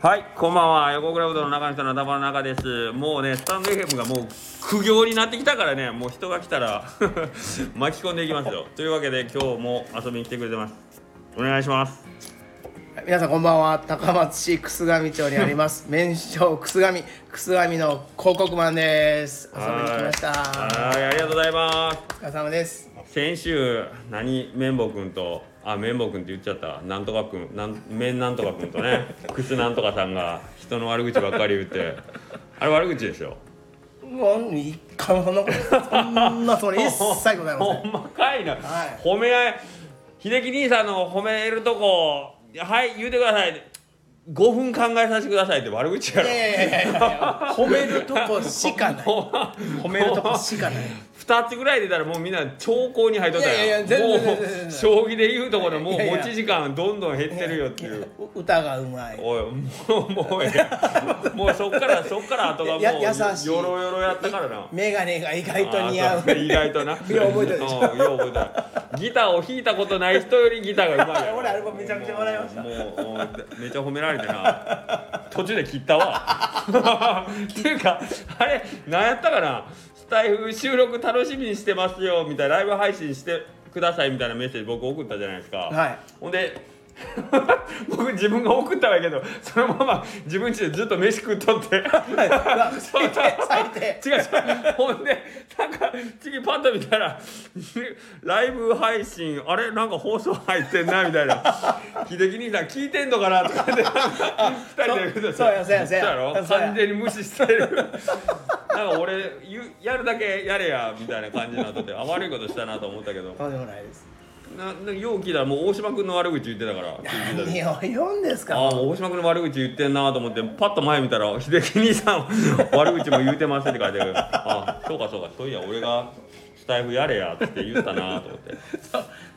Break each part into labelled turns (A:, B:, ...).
A: はい、こんばんは。横倉うどんの中の人の頭の中です。もうね、スタンド FM がもう苦行になってきたからね、もう人が来たら 巻き込んでいきますよ。というわけで、今日も遊びに来てくれてます。お願いします。
B: 皆さんこんばんは高松市楠上町にあります 麺匠楠上楠上の広告マンです遊びに来ました
A: はい、ありがとうございます。
B: お疲れ様です
A: 先週何綿棒くんとあ綿棒くんって言っちゃったなんとかくんなん綿なんとかくんとね クスなんとかさんが人の悪口ばっかり言ってあれ悪口でしょ
B: もう一回もそんなことそんなそれ一切ございません
A: ほんまかいな、
B: はい
A: 褒め合い秀樹兄さんの褒めるとこはい言うてください5分考えさせてくださいって悪口や
B: い
A: ろ
B: やいやいやいや褒めるとこしかない褒めるとこしかない
A: 2つぐらい出たらもうみんな長考に入っとった
B: いやいや
A: やん
B: いや全然
A: も
B: 全然全
A: う
B: 然
A: 将棋で言うところもう
B: いやいや
A: 持ち時間どんどん減ってるよっていう
B: う歌がうまい
A: おいもうもうええもうそっからそっから後がもう
B: や優しい
A: よろよろやったからな
B: 眼鏡が意外と似合
A: あ
B: う
A: ーそう意外となよう
B: 覚えてるでしょ
A: んよう覚えたギターを弾いたことない人よりギターがうまいよ
B: 俺あれもめちゃくちゃ笑いました
A: もうもうめっちゃ褒められてな途中で切った わっていうかあれ何やったかなスタイフ収録楽しみにしてますよみたいなライブ配信してくださいみたいなメッセージ僕送ったじゃないですか
B: はい
A: ほんで 僕自分が送ったわけやけどそのまま自分家でずっと飯食っとって
B: うわ最低最低
A: 違う違うほんでなんか次パッと見たらライブ配信あれなんか放送入ってんなみたいな秀樹兄さん聞いてんのかなとかでなんか2人で言と
B: そうそうやそうやそうや
A: ろ
B: そうや
A: 完全に無視してるなんか俺ゆやるだけやれやみたいな感じになっててあ悪いことしたなと思ったけど
B: とんでもないです
A: ななよう聞いたらもう大島君の悪口言ってたから聞いてた時
B: 何を読んですか
A: ああ大島君の悪口言ってんなと思ってパッと前見たら「秀樹兄さん 悪口も言うてます」って書いてあるあそうかそうかそういや俺がスタイフやれやって言ったなと思って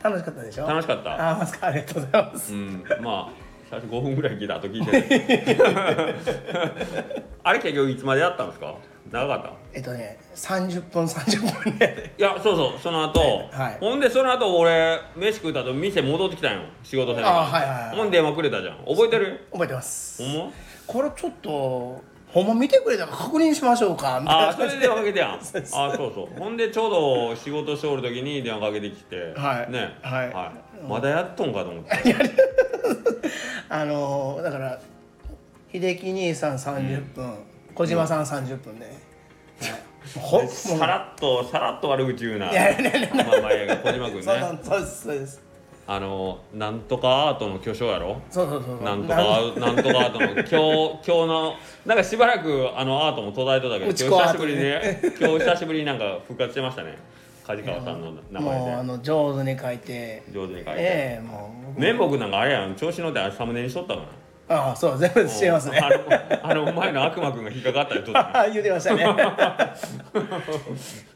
B: 楽しかったでしょ
A: 楽しかった
B: あーマスカありがとうございます
A: うんまあ最初5分ぐらい聞いた後聞いて るあれ結局いつまでやったんですか長かった
B: えっとね30分30分で
A: いやそうそうその後、
B: はい
A: ほんでその後俺飯食うたと店戻ってきたんよ仕事せな
B: あはいはいはい
A: ほんで電話くれたじゃん覚えてる
B: 覚えてます
A: ほんま
B: これちょっとほんま見てくれたか確認しましょうかみたい
A: あー
B: な
A: そ
B: 感
A: れ
B: じ
A: で
B: で
A: 電話かけてやんあ
B: そうです
A: ーそうそうほんでちょうど仕事しておる時に電話かけてきて
B: はい
A: ね
B: はい
A: まだやっとんかと思って
B: あのーだから秀樹兄さん30分、小島さん30分で、 ほんもう
A: さらっとさらっと悪口言うない
B: やいやいや
A: まあまあいや小島君
B: そうな
A: ね
B: んそうですそうです
A: あのなんとかアートの巨匠やろ
B: そうそうそうそう
A: なんとかなんとかアートの今日今日のなんかしばらくあのアートも途絶えとったけ
B: うち
A: ど
B: こ
A: 今日久し
B: アート
A: ぶりにね今日久しぶりになんか復活してましたね梶川さんの名前
B: もうあ
A: で
B: の上手に書いて
A: 上手に書いて
B: ええもう僕
A: 綿棒君なんかあれやん調子乗ってあれサムネにしとったかな
B: ああそう全部知ってますね
A: あのあの前の悪魔くんが引っかかったりとったね
B: 言うてまし たね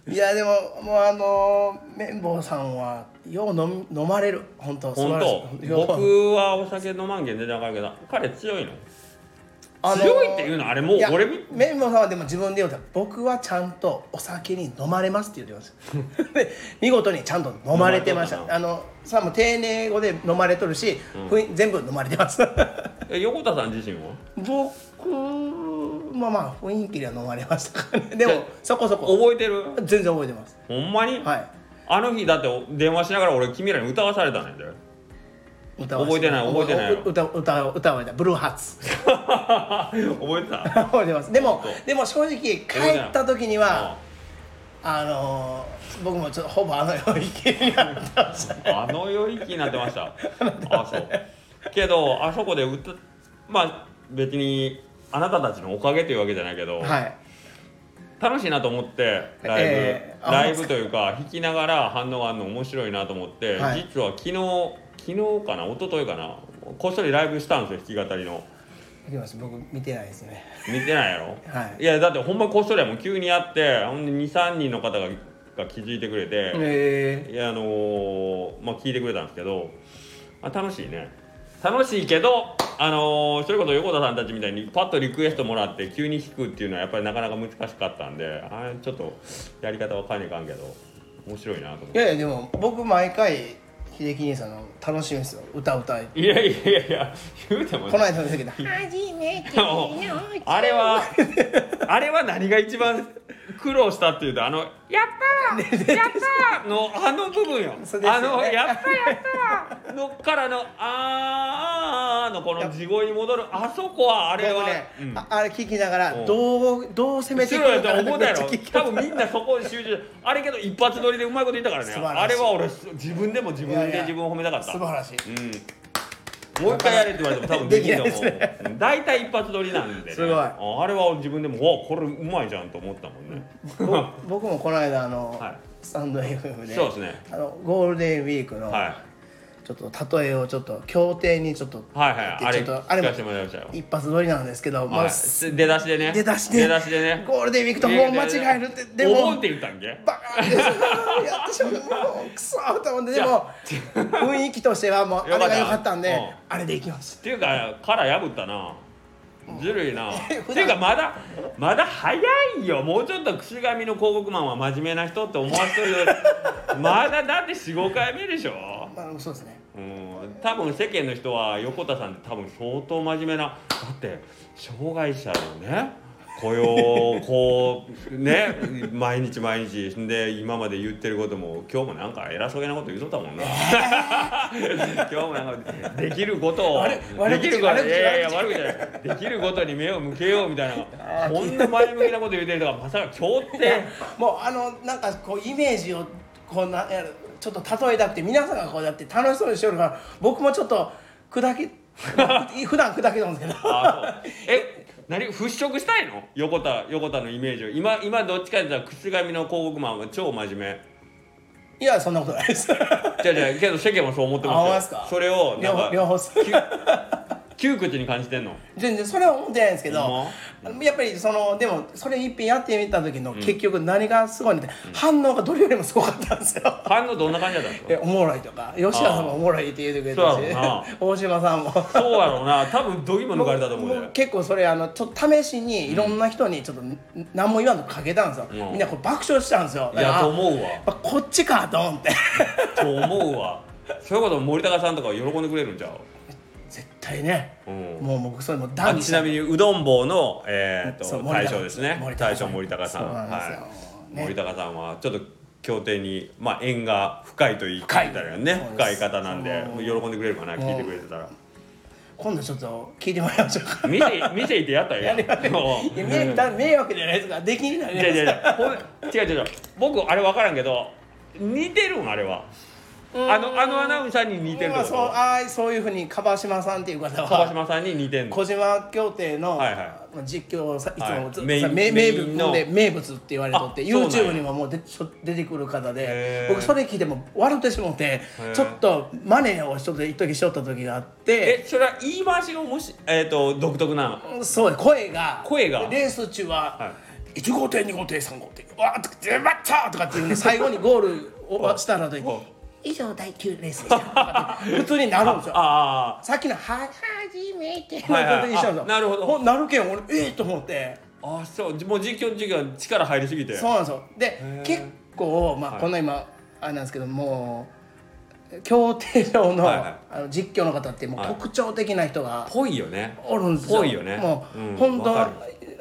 B: いやでももうあの綿棒さんはよう飲み飲まれる本当 素
A: 本
B: 晴らしい
A: 当僕はお酒飲まんけん全然あかんけど彼強いの
B: あの
A: 強いっていうのあれもう
B: いや
A: 俺み
B: 綿棒さんはでも自分で言うたら僕はちゃんとお酒に飲まれますって 言ってましたで見事にちゃんと飲まれてまし
A: 飲まれ
B: た
A: た
B: あのさもう丁寧語で飲まれとるし、ふい全部飲まれ てます
A: え横田さん自身は
B: 僕まあまあ雰囲気では飲まれましたからねで
A: じゃ
B: もそこそこ
A: 覚えてる
B: 全然覚えてます
A: ほんまに、
B: はい
A: あの日だって電話しながら俺君らに歌わされたねんだよ
B: 歌わせ
A: 覚えてない覚えてないよ
B: おお歌歌歌われたブルーハーツ
A: 覚えてた
B: 覚えてますでも
A: 本当
B: でも正直帰った時にはあのー、僕もちょっとほぼあの世にになってました
A: うんあの世域になってました あそうけどあそこで歌っまあ別にあなたたちのおかげというわけじゃないけど、
B: はい
A: 楽しいなと思ってライブ、
B: えーあ
A: ライブというか弾きながら反応があるの面白いなと思って、
B: はい
A: 実は昨日昨日かな一昨日かなこっそりライブしたんですよ弾き語りの
B: 行きます僕見てないですね
A: 見てないや ろ
B: はい
A: やだってほんまこっそりやもん急にやってほんで23人の方がが気づいてくれて、
B: え
A: いやあのーまあ聞いてくれたんですけどあ楽しいね楽しいけどあのーそれこそ横田さんたちみたいにパッとリクエストもらって急に弾くっていうのはやっぱりなかなか難しかったんであれちょっとやり方は変えにいかんけど面白いなと思っ
B: い
A: て
B: やいやでも僕毎回秀樹兄さんの楽しみですよ歌歌い
A: いやいやいやいや言うても
B: この間の時だ
A: あれ はあれは何が一番苦労したっていうとあの「やったーやったー!」のあの部分よ
B: そうですよ
A: あ
B: ね
A: の「やったやったー!」のからの「あーあーあー」のこの地声に戻るあそこはあ
B: あ
A: れは、
B: ね
A: うん
B: ああれ聞きなが
A: うん
B: らどうどう攻めて
A: 後
B: い
A: ろや
B: の
A: と思うたやろ
B: めっちゃ聞き
A: 多分みんなそこに集中あれけど一発撮りでうまいこと言ったからね
B: 素晴らしい
A: あれは俺自分でも自
B: いや
A: 分
B: い
A: で
B: や
A: 自分を褒めたかった
B: 素晴らしい
A: うん、もう一回やれって言われても多分できると思
B: できな
A: ううん大体一発撮りなんで、ね、
B: すごい
A: ああれは自分でもわこれうまいじゃんと思ったも んね、
B: 僕もこの間あの、
A: はい
B: スタンド FM で
A: そうですね
B: あのゴールデンウィークの
A: はい
B: ちょっと例えをちょっと協定にちょっと
A: はいはいあ
B: ち
A: れ
B: ょっと
A: 聞
B: あれも
A: かせてもらいましたよ
B: 一発撮りなんですけど、ま
A: は
B: あ、
A: い、出だしでね
B: 出だしで
A: 出だしでね
B: ゴールデンウィークともう間違えるってで
A: お盆
B: も
A: って言ったんけ
B: バカーンってやってしまうもうクソーと思 ってでも雰囲気としてはもうあれが良かったん
A: よ
B: で
A: かっ
B: あれでいきまし
A: っていうか殻破ったなずるいなって
B: え普段
A: いうかまだまだ早いよもうちょっと串紙の広告マンは真面目な人って思わせと るまだだって45回目でしょ
B: たあのそうですね
A: うん多分世間の人は横田さんって多分相当真面目なだって障害者のね雇 用をこうね毎日毎日で今まで言ってることも今日もなんか偉そうげなこと言うとったもんな 今日もなんかできることを
B: 悪悪
A: で
B: 口
A: きること
B: 悪
A: い
B: 口
A: やいや悪くじゃないできることに目を向けようみたい なこんな前向きなこと言うてるとかまさか今日って
B: もうあのなんかこうイメージをこうなやるちょっと例えたくて皆さんがこうやって楽しそうにしてるから僕もちょっと砕け 普段砕けたんですけど
A: あそうえ何払拭したいの横田横田のイメージを今今どっちかって言ったら靴紙の広告マンは超真面目
B: いやそんなことないです
A: じゃあじゃあけど世間もそう思って
B: あ思い
A: ま
B: ますす
A: よ
B: か
A: それをな
B: 両
A: ん
B: 方
A: か
B: 両方っす
A: 窮屈に感じてんの
B: 全然それは思ってないんですけど
A: ほ、
B: やっぱりそのでもそれ一品やってみた時の結局何がすごいのって、反応がどれよりもすごかったんですよ。
A: 反応どんな感じだったんです
B: え
A: か
B: おもろいとか吉田さんもおもろいって言うてくれ
A: そうやろ
B: たし 大島さんも
A: そうやろうな多分どぎも抜かれたと思う
B: もう
A: で
B: 結構それあのちょっと試しにいろんな人にちょっと何も言わんとかけたんですよ、
A: うん
B: みんなこう爆笑したんですよ
A: いやと
B: う
A: 思うわ
B: こっちかと思って
A: と思うわそういうこと森高さんとか喜んでくれるんちゃう
B: 絶対ね、
A: うん
B: もう僕それもう
A: あ
B: 断
A: ちなみにうどん坊の、えー、
B: そう
A: と
B: 森高
A: 大将ですね
B: 森高さん
A: 大将森高さん
B: そうなんですよ
A: はい
B: ね
A: 森高さんはちょっと協定に、まあ、縁が深いといい
B: 深い
A: みたいなね
B: そうで
A: 深い
B: す
A: 方なんで
B: うん
A: 喜んでくれるかな聞いてくれてたら
B: 今度ちょっと聞いてもらいましょうか
A: 店店行ってやったらええやんうん
B: いや迷惑迷惑じゃないですかできない
A: いやいやいやほん違う違う違う僕あれ分からんけど似てるんあれはあのあのアナウンサーに似てるって
B: まあ、
A: こと
B: そうあーそういうふうに川島さんっていう方は
A: 川島さんに似てんの
B: 小島協定の、
A: はいは
B: まあ実況をさいつ
A: は
B: も
A: い
B: ずっとさ、
A: メインメ
B: 名名
A: インの
B: 物で名物って言われとって
A: あそうなんや
B: YouTube にももうでしょ出てくる方
A: へ
B: で
A: ー
B: 僕それ聞いても笑ってしもって
A: ー
B: ちょっとマネーをちょっと一時しとった時があって
A: えそれは言い回しがもし、えー、と独特なの
B: そうや声が
A: 声が
B: レース中は、
A: は
B: 1号艇2号艇3号艇わーっと出まったとかっていうん で最後にゴールをしたので
A: おう
B: 以上第9レースでしたとかって普通になるんですよ
A: ああ
B: さっきの「は初めて」の
A: はいはい
B: こと一緒なんですよ
A: あなるほど
B: なるけん俺ええと思って
A: あそうもう実況の授業に力入りすぎて
B: そうなんですよで結構ま
A: は
B: あ
A: い
B: こんな今あれなんですけどもう競艇場の
A: はいはい
B: あの実況の方っても
A: は
B: う
A: い
B: 特徴的な人が
A: ぽいよね
B: おるんですよ
A: ぽいよね
B: もう、
A: うん
B: 本当
A: わか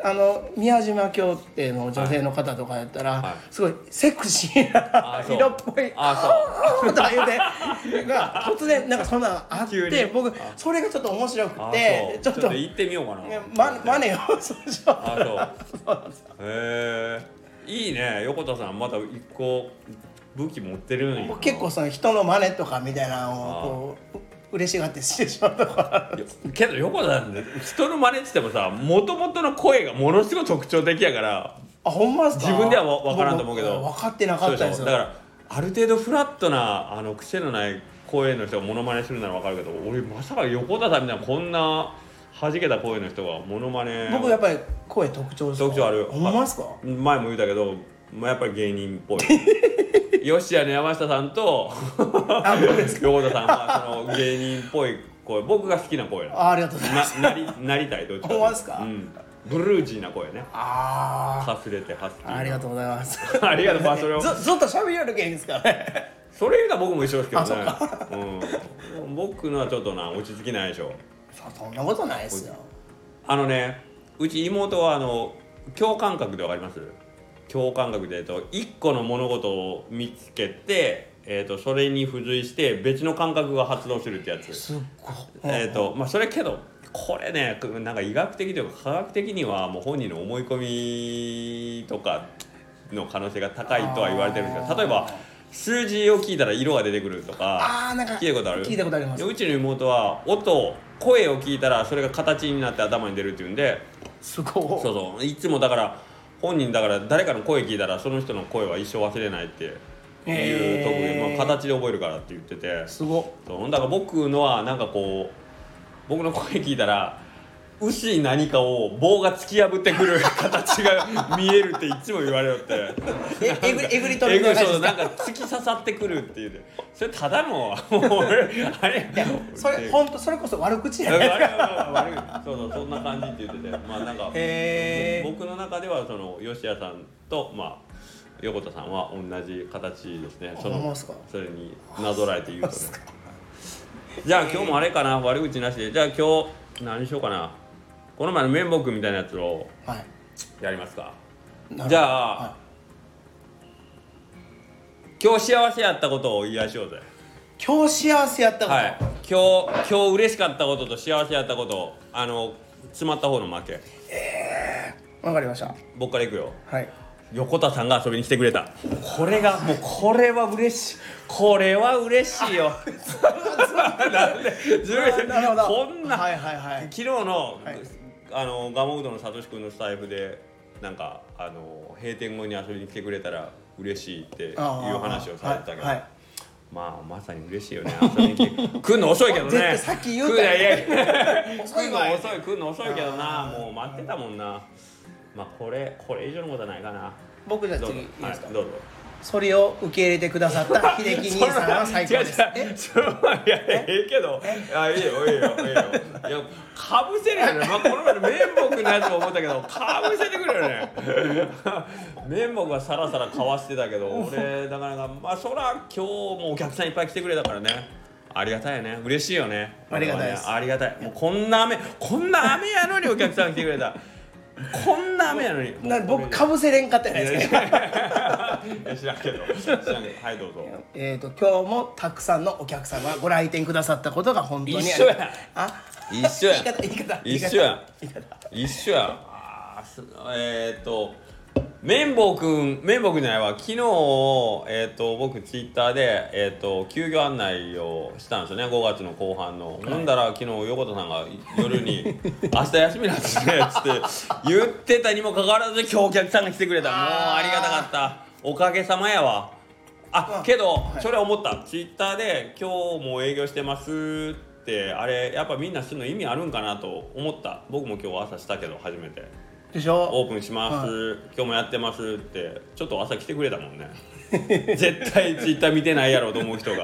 B: あの宮島協定の女性の方とかやったら、
A: はい
B: すごいセクシーな
A: あそう
B: 色っぽい
A: あ
B: とか言うてが突然なんかそんなのあっ
A: 急に
B: て僕それがちょっと面白
A: そうあ
B: くて
A: そう
B: ちょっ
A: ちょっ
B: と
A: と行ってみようかな
B: ママネをそうしよう
A: あそうへえいいね横田さんまた一個武器持ってるんやな
B: 僕結構その人の真似とかみたいなのをこう嬉しがってしてしまうとか
A: いやけど横田さんって人の真似っつってもさもともとの声がものすごい特徴的やから
B: あほんまですか
A: 自分ではわわからんと思うけど
B: 僕分かってなかったんで
A: そ
B: す
A: うでしょ
B: よ
A: だからある程度フラットなあの癖のない声の人がモノマネするならわかるけど俺まさか横田さんみたいなこんな弾けた声の人がモノマネ
B: 僕やっぱり声特徴ですか
A: 特徴ある
B: ほんまですか
A: 前も言ったけど、まあ、やっぱり芸人っぽい 吉谷の山下さんと
B: あ僕です
A: 横田さんはその芸人っぽい声僕が好きな声な
B: あありがとうございます
A: ななりなりたいどっち
B: ほんまですか
A: うん、ブルージーな声ね
B: あ
A: かすれてハスキー
B: あありがとうございます
A: うありがとうまあそれを
B: ずずっと喋りよるけんですからね
A: それ言うたら僕も一緒ですけどね
B: あそっ
A: うん、僕のはちょっとな落ち着きないでしょ
B: そそんなことないですよ
A: あのねうち妹はあの共感覚でわかります共感覚で、えっと、1個の物事を見つけて、えっと、それに付随して別の感覚が発動するってやつ
B: すっごい
A: えっとまあそれけどこれねなんか医学的というか科学的にはもう本人の思い込みとかの可能性が高いとは言われてるんですけど例えば数字を聞いたら色が出てくるとか
B: あーなんか
A: 聞いたことある
B: 聞いたことあります
A: でうちの妹は音声を聞いたらそれが形になって頭に出るっていうんです
B: ごい
A: そうそういつもだから本人だから誰かの声聞いたらその人の声は一生忘れないっていう特技、
B: へー
A: まあ、形で覚えるからって言ってて
B: すごい
A: そうだから僕のはなんかこう僕の声聞いたら薄い何かを棒が突き破ってくる 形が見えるっていつも言われよって
B: ええぐりえぐり取
A: え
B: り
A: ぐ
B: の
A: い
B: 感
A: そ
B: じ
A: う
B: で
A: なんか突き刺さってくるっていうねそれただのもう俺あれ
B: すかそれ本当それこそ悪口
A: いや
B: やね
A: 悪い悪い悪いそうそうそんな感じって言 っててまあなんか
B: へー
A: 僕の中ではその吉谷さんとまあ横田さんは同じ形ですねそ
B: あほんま
A: の
B: ですか
A: それになぞらえて言うとねじゃあ今日もあれかな悪口なしでじゃあ今日何しようかなこの前の綿棒君みたいなやつを
B: はい
A: やりますか
B: なるほど
A: じゃあ
B: はい
A: 今日幸せやったことを言い合いしようぜ
B: 今日幸せやったこと、
A: はい今日今日嬉しかったことと幸せやったことあの詰まった方の負け
B: わかりました
A: 僕からいくよ
B: はい
A: 横田さんが遊びに来てくれたこれがもうこれは嬉しいこれは嬉し いよ なんでずるい
B: なるほど
A: こんな、
B: はいはいはい
A: 昨日の、
B: はい
A: あのガモうどんのさとし君のスタイフでなんかあの閉店後に遊びに来てくれたら嬉しいっていう話をされてたけど、
B: はいはい
A: まあまさに嬉しいよね遊びに来 て来るの遅いけどね
B: 絶対さっき言う
A: 来る
B: たやん
A: いやいや
B: 遅
A: 来
B: い
A: る
B: わ
A: の遅い来るの遅いけどなもう待ってたもんなまあこれこれ以上のことはないかな
B: 僕じゃあ
A: どう
B: 次
A: ぞ
B: いいですか、
A: はい、どうぞ
B: それを受け入れてくださ った秀樹兄さんは最高です
A: 違う違う そのいやええけどあいいよいいよいいよいやかぶせるよね、まあ、この前の面目のやつも思ったけどかぶせてくるよね面目はさらさらかわしてたけど俺なかなかまあそら今日もお客さんいっぱい来てくれたからねありがたいよね嬉しいよね
B: ありがたいです
A: ありがたいもうこんな雨こんな雨やのにお客さん来てくれたこんな雨やのに
B: な僕かぶせれんかったじゃないですか
A: いや知らんけど知らんけどはいどうぞ
B: えー、と今日もたくさんのお客様がご来店くださったことが本当にありがた
A: 一緒
B: い
A: や
B: あ
A: 一緒や
B: 言い方言い方言い方
A: 一緒や
B: 言い方
A: 一緒やあーすえー、っと綿棒くん綿棒くんじゃないわ昨日、えー、と僕ツイッターで、えー、と休業案内をしたんですよね5月の後半の、ほんだら昨日横田さんが夜に「明日休みなんですね」っつって言ってたにもかかわらず今日お客さんが来てくれたもう
B: あー
A: ありがたかったおかげさまやわあけど、それは思ったツイッターで「今日も営業してます」ってあれやっぱみんなするの意味あるんかなと思った僕も今日朝したけど初めて
B: で
A: 「
B: し
A: オ
B: ょ
A: ープンします、今日もやってます」ってちょっと朝来てくれたもんね 絶対ツイッター見てないやろうと思う人 が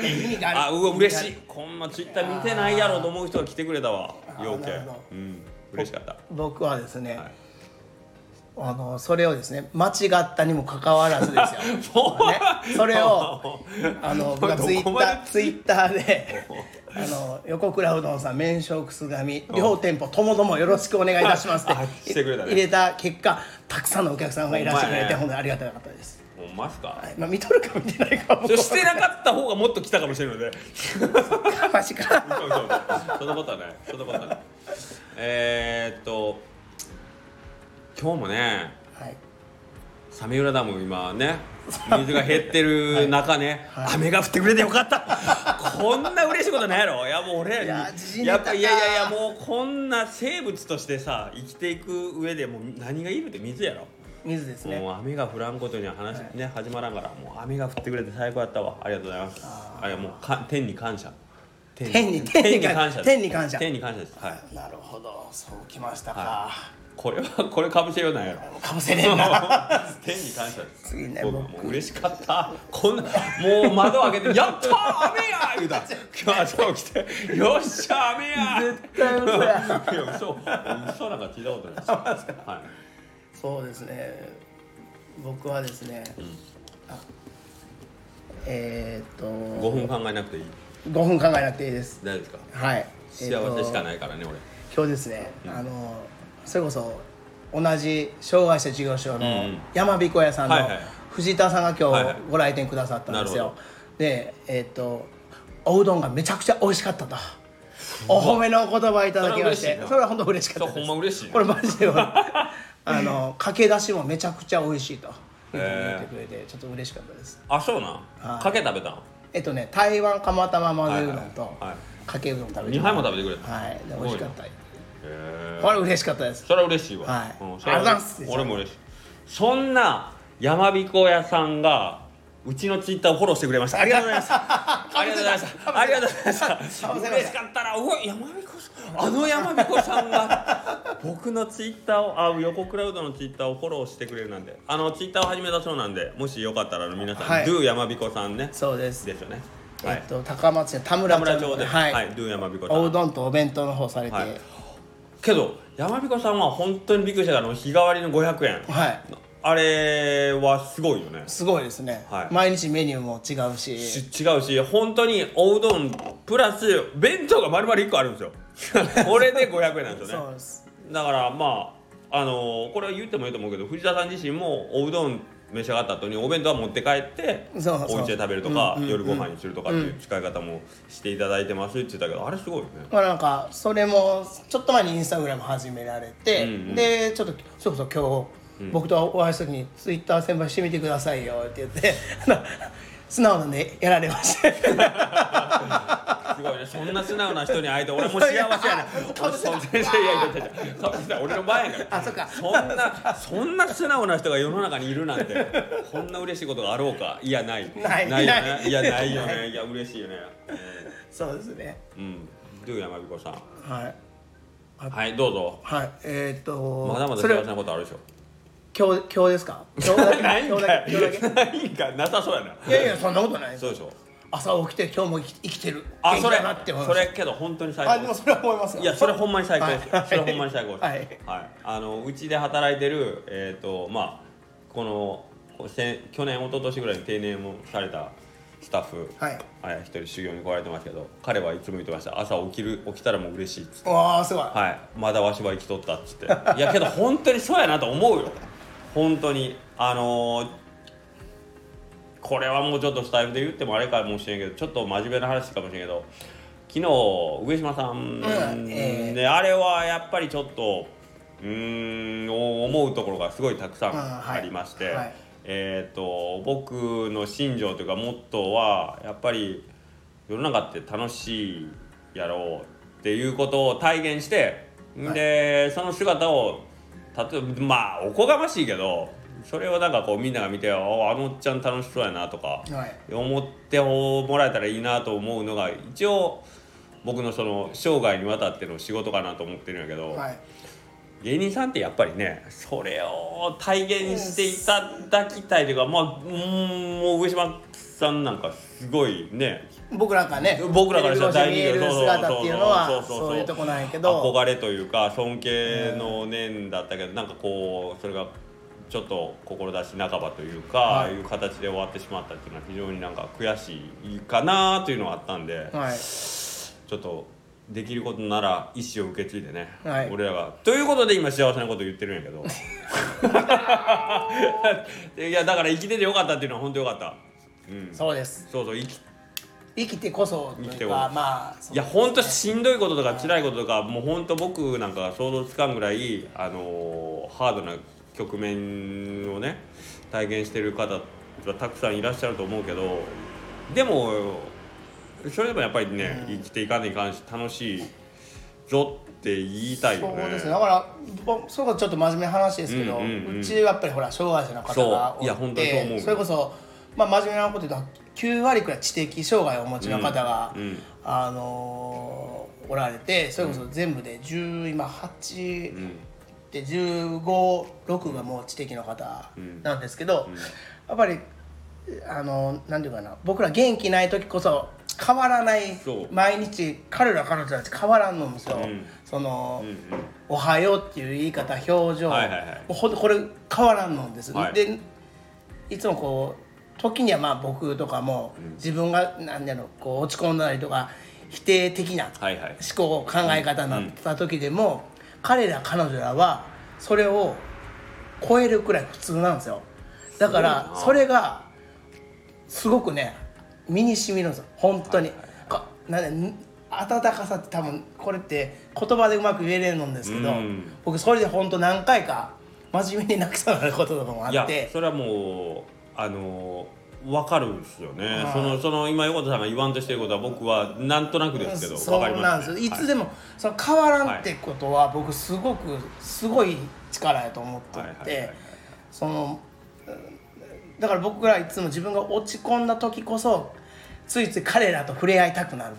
B: 意味が
A: あ
B: る
A: うわ嬉し
B: 意
A: い
B: 味が
A: こんなツイッター見てないやろうと思う人が来てくれたわ
B: あー
A: ようけ
B: なるほど
A: うん嬉しかった
B: ある僕はですね、
A: はい
B: あのそれをですね間違ったにもかかわらずで すよ、ね、それをあの僕はツイ
A: どこ
B: ッ
A: ま
B: タ
A: で
B: ーツイッターであの横倉うどんさん麺食くすがみ両店舗ともどもよろしくお願いいたしますっ
A: あ
B: て
A: してくれたね
B: 入れた結果たくさんのお客さんがいらっしゃってくれて
A: ほ
B: 本
A: ん
B: 当にありがたかったです、
A: ほんまっすか
B: はいまあ、見とるか見てないかは僕
A: そ
B: は
A: れしてなかった方がもっと来たかもしれないので
B: マジか
A: 嘘嘘嘘そんなことはないそんなことはないえー、っと今日もね
B: はい
A: サメ浦ダム今ね水が減ってる中ね、
B: はいはい
A: 雨が降ってくれてよかったこんな嬉しいことないやろいやもう俺
B: いや時事ネタ
A: やっぱいやいやいやもうこんな生物としてさ生きていく上でもう何がいるって水やろ
B: 水ですね
A: もう雨が降らんことには話、ね始まらんからもう雨が降ってくれて最高やったわありがとうございますあれもうか天に感謝
B: 天に
A: 天に感謝
B: 天に感謝
A: 天に感謝ですはい
B: なるほどそうきましたか、
A: はこれはこれかぶせようなんや ろ
B: かもしれねえな
A: 天に感謝です
B: 次ね
A: 僕
B: 僕
A: もう嬉しかったこんなもう窓開けて「やったー雨や!」 言うた今日朝起きて「よっしゃ雨や!」
B: 絶 対嘘や
A: いや嘘嘘なんか聞いたことないですはい
B: そうですね僕はですね、あえーっと
A: 5分考えなくていい
B: 5分考えなくていいです
A: 大丈夫ですか
B: はい
A: 幸せしか
B: い、
A: ないからね俺
B: えーっと今日ですね、あのそれこそ同じ障害者事業所
A: うん
B: の
A: うん
B: 山彦屋さんの
A: はいはい
B: 藤田さんが今
A: はいはい
B: 日ご来店くださったんですよ、
A: なるほ
B: でえーっとおうどんがめちゃくちゃ美味しかったとお褒めのお言葉いただきま
A: それは嬉
B: し
A: しい
B: て
A: な
B: それは本当嬉しかった
A: それ
B: です
A: ほんま嬉しいな
B: これマ ジで俺あのかけだしもめちゃくちゃ美味しいと言ってくれてちょっと嬉しかったです
A: あそうな
B: はい
A: かけ食べたん
B: えっとね台湾釜玉混ぜうどんと、
A: はいはいはい
B: かけうどん食べて
A: 2杯も食べてくれたへ
B: はいで美味しかった
A: え
B: これ嬉しかったです
A: それは嬉しいわ、
B: はい
A: うん、それは
B: ありがとうございます
A: 俺も嬉しいそんなやまびこ屋さんがうちのツイッターをフォローしてくれましたありがとうござ いましたありがとうございましたありがとうございました
B: かぶせました
A: 嬉しかったなうわやまびこさんあのやまびこさんが僕のツイッターをあ横クラウドのツイッターをフォローしてくれるなんであのツイッターを始めたそうなんでもしよかったらあの皆さん、
B: はい
A: Do やまびこさんね
B: そうです、
A: ですよねは
B: え
A: い
B: っと高松市の田
A: 田
B: 村
A: 村町で、
B: はい、
A: はい、Do やまびこさん
B: おうどんとお弁当の方されて
A: は
B: はいい、
A: けどやまびこさんは本当にびっくりしたから日替わりの500円あれはすごいよね
B: すごいですね、
A: はい
B: 毎日メニューも違うし
A: し違うし本当におうどんプラス弁当が丸々1個あるんで すよこれで500円なんですよ
B: そう
A: ね
B: です
A: だからまああのーこれは言ってもいいと思うけど藤田さん自身もおうどん召し上がった後にお弁当は持って帰って
B: そうそう
A: お家で食べるとか、
B: うんうん
A: 夜ご飯にするとかっていう使い方もしていただいてますって言ってたけどあれすごいよね
B: まあなんかそれもちょっと前にインスタグラム始められて、
A: うんうん
B: でちょっとそれこそ今日、僕とお会いした時に「ツイッター先輩してみてくださいよ」って言ってあの素直なんでやられま した
A: すごいね、そんな素直な人に会えて、俺も幸せやな。
B: かぶせた
A: 俺そういやいやいやいやいや、かぶせた俺の前やから。
B: あそっか
A: そんな、そんな素直な人が世の中にいるなんて、こんな嬉しいことがあろうか、いやない。
B: ない
A: よ
B: な
A: ね。
B: い
A: いや、ないよね、いや、嬉しいよね。
B: そうですね
A: うん、どうやまびこさん。
B: はい
A: はい、どうぞ。
B: はいえー、っと
A: まだまだ
B: そ
A: 幸
B: れ
A: せなことあるでしょ
B: 今日今日ですか今日だ け
A: ないん
B: 今日
A: か
B: だ
A: い
B: け今日だ
A: ないんかいなさそうやな
B: けいやいやそんなことないです
A: そうでしょ
B: 朝起きて今日も生き生きてる
A: あそれ
B: 元気だなって思いま
A: そ
B: す
A: れけど本当に最
B: あ
A: 高
B: で
A: です
B: もそれは思いますよ
A: いやそれほんまに最高です、
B: はい
A: それほんまに最高です
B: は
A: はい
B: い、
A: あのうちで働いてるえっ、とまあこのこうせん去年一昨年ぐらいに定年をされたスタッフ
B: はい
A: はい、一人修行に来られてますけど彼はいつも言ってました朝起きる起きたらもう嬉しいっつって
B: わあすごい、
A: はいまだわしは生きとったっつっていやけど本当にそうやなと思うよ本当にあのーこれはもうちょっとスタイルで言ってもあれかもしれんけどちょっと真面目な話かもしれんけど昨日上島さん、
B: うんええ
A: であれはやっぱりちょっとうーん思うところがすごいたくさん
B: うんはい
A: ありまして、
B: はい
A: えー、と僕の信条というかモットーはやっぱり世の中って楽しいやろうっていうことを体現して、
B: はい
A: でその姿を例えばまあおこがましいけどそれをなんかこうみんなが見て「ああのおっちゃん楽しそうやな」とか
B: はい
A: 思ってもらえたらいいなと思うのが一応僕のその生涯にわたっての仕事かなと思ってるんやけど。
B: はい
A: 芸人さんってやっぱりねそれを体現していただきたいというかまあうーんもう上島さんなんかすごいね
B: 僕らがね
A: 僕らからしたら
B: テレ
A: 大
B: ビ
A: 人
B: 越し
A: 気
B: に見える姿っていうのはそういうとこなんやけど
A: 憧れというか尊敬の念だったけど、なんかこうそれがちょっと志半ばというか、
B: は
A: ああ
B: い
A: いう形で終わってしまったっていうのは非常になんか悔しいかなというのはあったんで、
B: はい
A: ちょっとできることなら意思を受け継いでね、
B: はい
A: 俺らがということで今幸せなこと言ってるんやけ どいやだから生きててよかったっていうのは本当よかった、うん、
B: そうです
A: そうそう生き
B: 生きてこそと
A: 生き
B: い
A: て
B: う
A: こそ
B: かまあそ
A: いやほんとしんどいこととか辛いこととかもうほんと僕なんかが想像つかんぐらい、あのーハードな局面をね体現してる方はたくさんいらっしゃると思うけどでもそれでもやっぱりね、生きていかねいかんし楽しいぞって言いたいよ
B: そう
A: ね。
B: ですねだからぼそれこそちょっと真面目な話ですけど、
A: う
B: うん
A: うんうん
B: ちはやっぱりほら障害者の方が
A: そうい
B: 多
A: や本
B: く
A: 当にそう
B: て
A: 思う
B: それこそ、まあ、真面目なこと言うと9割くらい知的障害をお持ちの方が、
A: うんうん
B: あのーおられてそれこそ全部で10今8。
A: うん
B: で156がもう知的の方なんですけど、やっぱりあの何て言うかな僕ら元気ない時こそ変わらない
A: そう
B: 毎日彼ら彼女たち変わらんのですよ、
A: うん
B: その、
A: うん
B: おはよう」っていう言い方表情、
A: はいはいはい
B: ほんとこれ変わらんのです、
A: はい
B: でいつもこう時にはまあ僕とかも自分が何やろこう落ち込んだりとか否定的な
A: はいはい
B: 思考考え方になった時でも、彼ら彼女らはそれを超えるくらい普通なんですよだから
A: す
B: そ
A: ごいな
B: れがすごくね身にしみるんですよ本当に、
A: はいはい
B: かなんでん温かさって多分これって言葉でうまく言えれるんですけど、
A: うん
B: 僕それで本当何回か真面目に泣きそうになることとかもあ
A: いや
B: って
A: それはもうあのわかるんですよね、
B: はい
A: そのその今横田さんが言わんとしてることは僕はなんとなくですけど
B: そ
A: わかり
B: うなん
A: ま
B: ですす
A: ね、
B: よ、い
A: は
B: つでも、その変わらんってことは僕すごくすごい力やと思って
A: はいはいはいはいは
B: て
A: い
B: そのうんだから僕らいつも自分が落ち込んだ時こそついつい彼らと触れ合いたくなる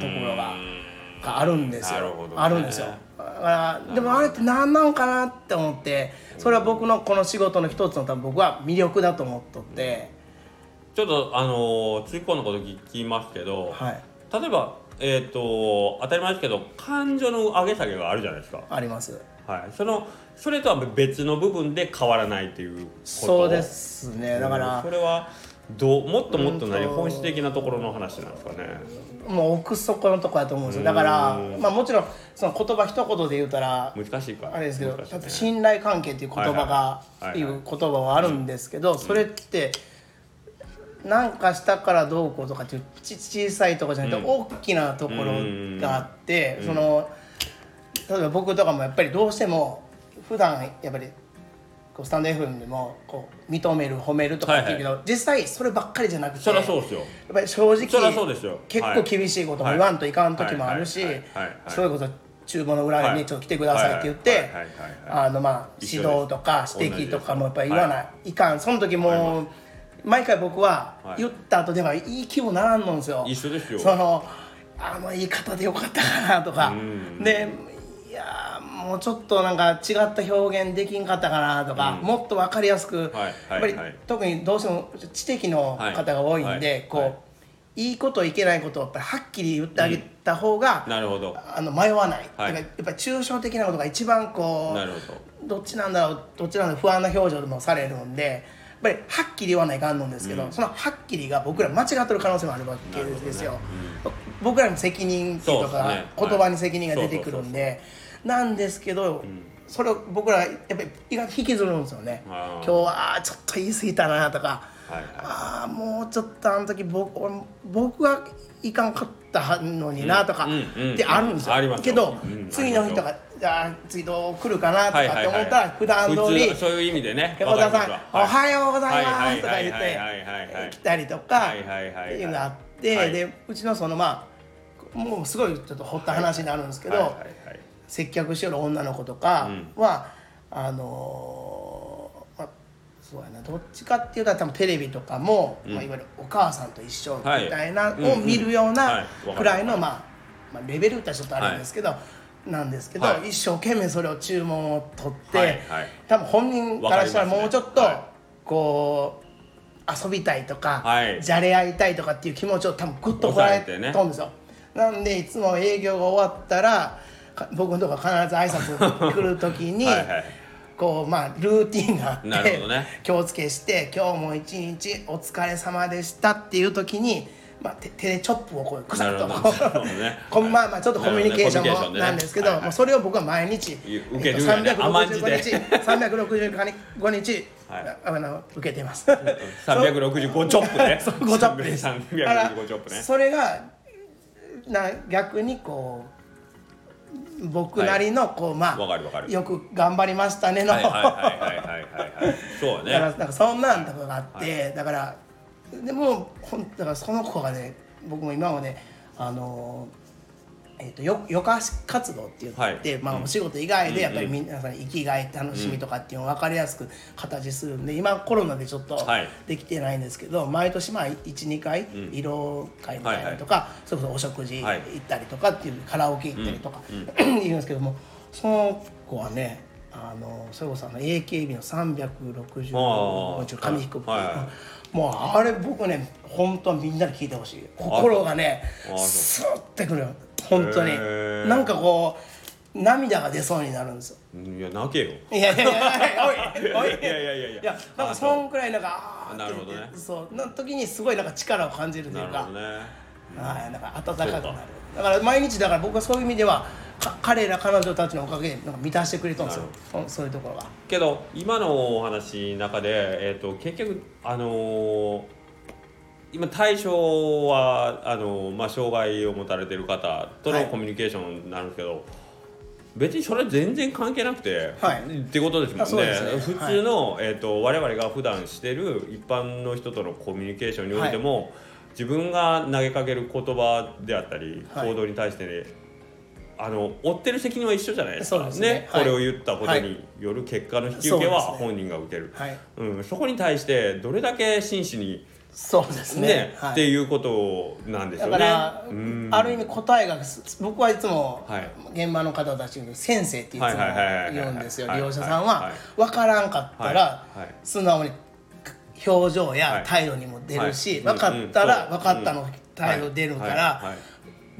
B: ところががあるんですよ
A: なるほどね
B: あるんですよだからでもあれって何なのかなって思ってそれは僕のこの仕事の一つの多分僕は魅力だと思っとって、
A: ちょっとあのー、ついこのこと聞きますけど、
B: はい
A: 例えばえっ、と当たり前ですけど感情の上げ下げがあるじゃないですか
B: あります
A: はいそのそれとは別の部分で変わらないということ
B: そうですねだから、
A: それはどうもっともっと何
B: うんと
A: 本質的なところの話なんですかね
B: もう奥底のとこやと思うんですよだから
A: う
B: まあもちろんその言葉一言で言うたら
A: 難しいから
B: あれですけど、
A: 難しい
B: やっぱ
A: ね
B: 信頼関係っていう言葉が
A: はいはいはい
B: っていう言葉はあるんですけど、それってなんかしたからどうこうとかっていうち小さいとこじゃなくて
A: うん
B: 大きなところがあって、その例えば僕とかもやっぱりどうしても普段やっぱりこうスタンド FM でもこう認める褒めるとかっていうけど、実際そればっかりじゃなくて
A: そりゃそうですよ
B: やっぱり正直
A: そりゃそうですよ
B: 結
A: は
B: 構
A: い
B: 厳しいことも言わんといかん時もあるし
A: はいはいはいはいはい
B: そういうこと厨房の裏に
A: は
B: ね
A: い
B: ちょっと来てくださいって言っ
A: はい
B: て
A: はいはいはいはい
B: あのまあ
A: 一
B: 指
A: 緒です
B: 導とか指摘とかもやっぱり言わない、い、かんその時もう毎回僕は
A: はい
B: 言った後ではいい気もならんのんですよ
A: 一緒ですよ
B: そのあの言い方でよかったかなとか
A: うん
B: でいやーもうちょっとなんか違った表現できんかったかなとか、
A: うん
B: もっと分かりやすく、
A: はい
B: やっぱり、
A: はいはい
B: 特にどうしても知的の方が多いんで、
A: はい
B: こう、
A: はい
B: いいこといけないことをやっぱりはっきり言ってあげた方が、
A: なるほど
B: あの迷わない、
A: はい
B: だからやっぱり抽象的なことが一番こ
A: なる
B: う
A: ほど
B: どっちなんだろうどっちなんだろう不安な表情でもされるんでやっぱりはっきり言わないかんのんですけど、そのはっきりが僕ら間違ってる可能性もあるわけですよ、僕らの責任っていう
A: そ
B: の
A: う
B: が、
A: ですね
B: 言葉に責任が出てくるんでなんですけど、それを僕らやっぱり意外と引きずるんですよね
A: あー
B: 今日はあーちょっと言い過ぎたなとか
A: はいはい
B: あーもうちょっとあの時僕俺僕はいかんかったのになとか
A: うんうんうん
B: ってあるんですよ、
A: ありますよ
B: けど、
A: うん
B: 次の日と
A: あ
B: かじゃあ次どう来るかなとかって思ったら普段通り
A: 普通そういう意味でね
B: 横田さん
A: わかります
B: 「お
A: わ
B: はようございま
A: は
B: す」
A: い
B: とか言っ
A: はいはいはいはいはい
B: て来たりとかっ
A: は
B: て
A: いはいはいはい
B: いうのがあっ
A: は
B: て
A: い
B: でうちのそのまあもうすごいちょっと掘った話になるんですけ
A: はい
B: ど
A: はいはい
B: 接客しよる女の子とかはあのーまあそうやなどっちかっていうと多分テレビとかもまあいわゆるお母さんと一緒みたいな
A: はい
B: のを見るよう
A: うんうんは
B: ない
A: わか
B: く
A: る
B: らいのまあまあレベルってちょっとあるんですけど。なんですけど、
A: はい
B: 一生懸命それを注文を取って、
A: はいはい
B: 多分本人からしたら
A: わかりますね
B: もうちょっと
A: は
B: こう遊びたいとか、
A: はい
B: じゃれ合いたいとかっていう気持ちを多分グッとこらえてとんですよ、なんでいつも営業が終わったらか僕のとこ必ず挨拶来る時 に
A: はいはい
B: こうまあルーティンがあって
A: なるほどね
B: 気をつけして「今日も一日お疲れ様でした」っていう時に、まあ、手手でチョップをこうくさっと
A: なる
B: こ
A: ほどなるほどね
B: う こんまあまあちょっとコミュニケーシ
A: なるほ
B: ョ
A: ど
B: ン
A: ね
B: もなんですけど、
A: コミュニケーションねはいはい
B: もうそれを僕は毎日
A: 受
B: え
A: け
B: っと
A: るんやね甘んじ
B: 365
A: て
B: 日365日、
A: はい
B: あの受けて ます。
A: 三百六十五チョップね。
B: そう5チョップです
A: 三百
B: だから
A: 六十五チョップね。
B: それがな逆にこう僕なりのこう、まあ
A: わかるわかる
B: よく頑張りましたねの、
A: はいはいはいはいはいはいはい。そう
B: だから
A: ね。
B: なんかそんなんとかがあって、だからでもほんだからその子がね僕も今まであのえー、とよ余暇活動って言って、
A: はい
B: まあ、お仕事以外でやっぱり皆さん生きがい楽しみとかっていうのを分かりやすく形するんで今コロナでちょっと
A: はい
B: できてないんですけど、毎年まあ12回色会みたいなのとか、それこそお食事行
A: はい
B: ったりとかっていう、カラオケ行ったりとか、言うんですけどもその子はねあのそれこそあの AKB の
A: あ
B: 365
A: ー
B: もうちょっと紙飛行機、
A: はいは
B: もうあれ僕ね本当はみんなに聞いてほしい心がね
A: あそう
B: スーってくる本当に
A: へー
B: なんかこう涙が出そうになるんですよ
A: うんいや泣けよ
B: いやいやいやいやおいおい
A: いやいやいやいや
B: いやなんかそんくらいなんかあーって
A: なるほどね
B: そうな時にすごいなんか力を感じるとい
A: な
B: う
A: る
B: か
A: ほどね
B: はいなんか温かくなるだから毎日だから僕はそういう意味ではか彼ら彼女たちのおかげでなんか満たしてくれたんですよ
A: なる
B: そうそういうところが
A: けど今のお話の中で、えー、と結局あのー今対象はあのーまあ、障害を持たれてる方と
B: は
A: の
B: い
A: コミュニケーションなんですけど、別にそれ全然関係なくて、
B: は
A: っ
B: い
A: てことですも
B: あ
A: ん
B: そう
A: ね
B: ですね
A: 普通の、えー、と我々が普段してる一般の人とのコミュニケーションにおいても、自分が投げかける言葉であったり、
B: はい
A: 行動に対して、ね、あの追ってる責任は一緒じゃないですか
B: そうですねはい
A: これを言ったことによる結果の引き受けは
B: そうですね
A: 本人が受ける、
B: はい
A: うん、そこに対してどれだけ真摯に、
B: そうです
A: ね
B: ねは
A: って
B: い
A: いうことなんですよ
B: だ
A: ね。
B: から、
A: うん
B: ある意味答えがす僕はいつも
A: はい
B: 現場の方たちに先生っていつも
A: はいはいはいはい
B: 言うんですよ
A: はい
B: 利用者さん
A: はい
B: は
A: はい
B: 分からんかったら
A: はいはい
B: 素直に表情
A: はい
B: や態度にも出る
A: はい
B: し分かった
A: うん
B: ら
A: うん
B: 分かった
A: う
B: の
A: ん
B: 態度出るか
A: はいはい
B: ら
A: はい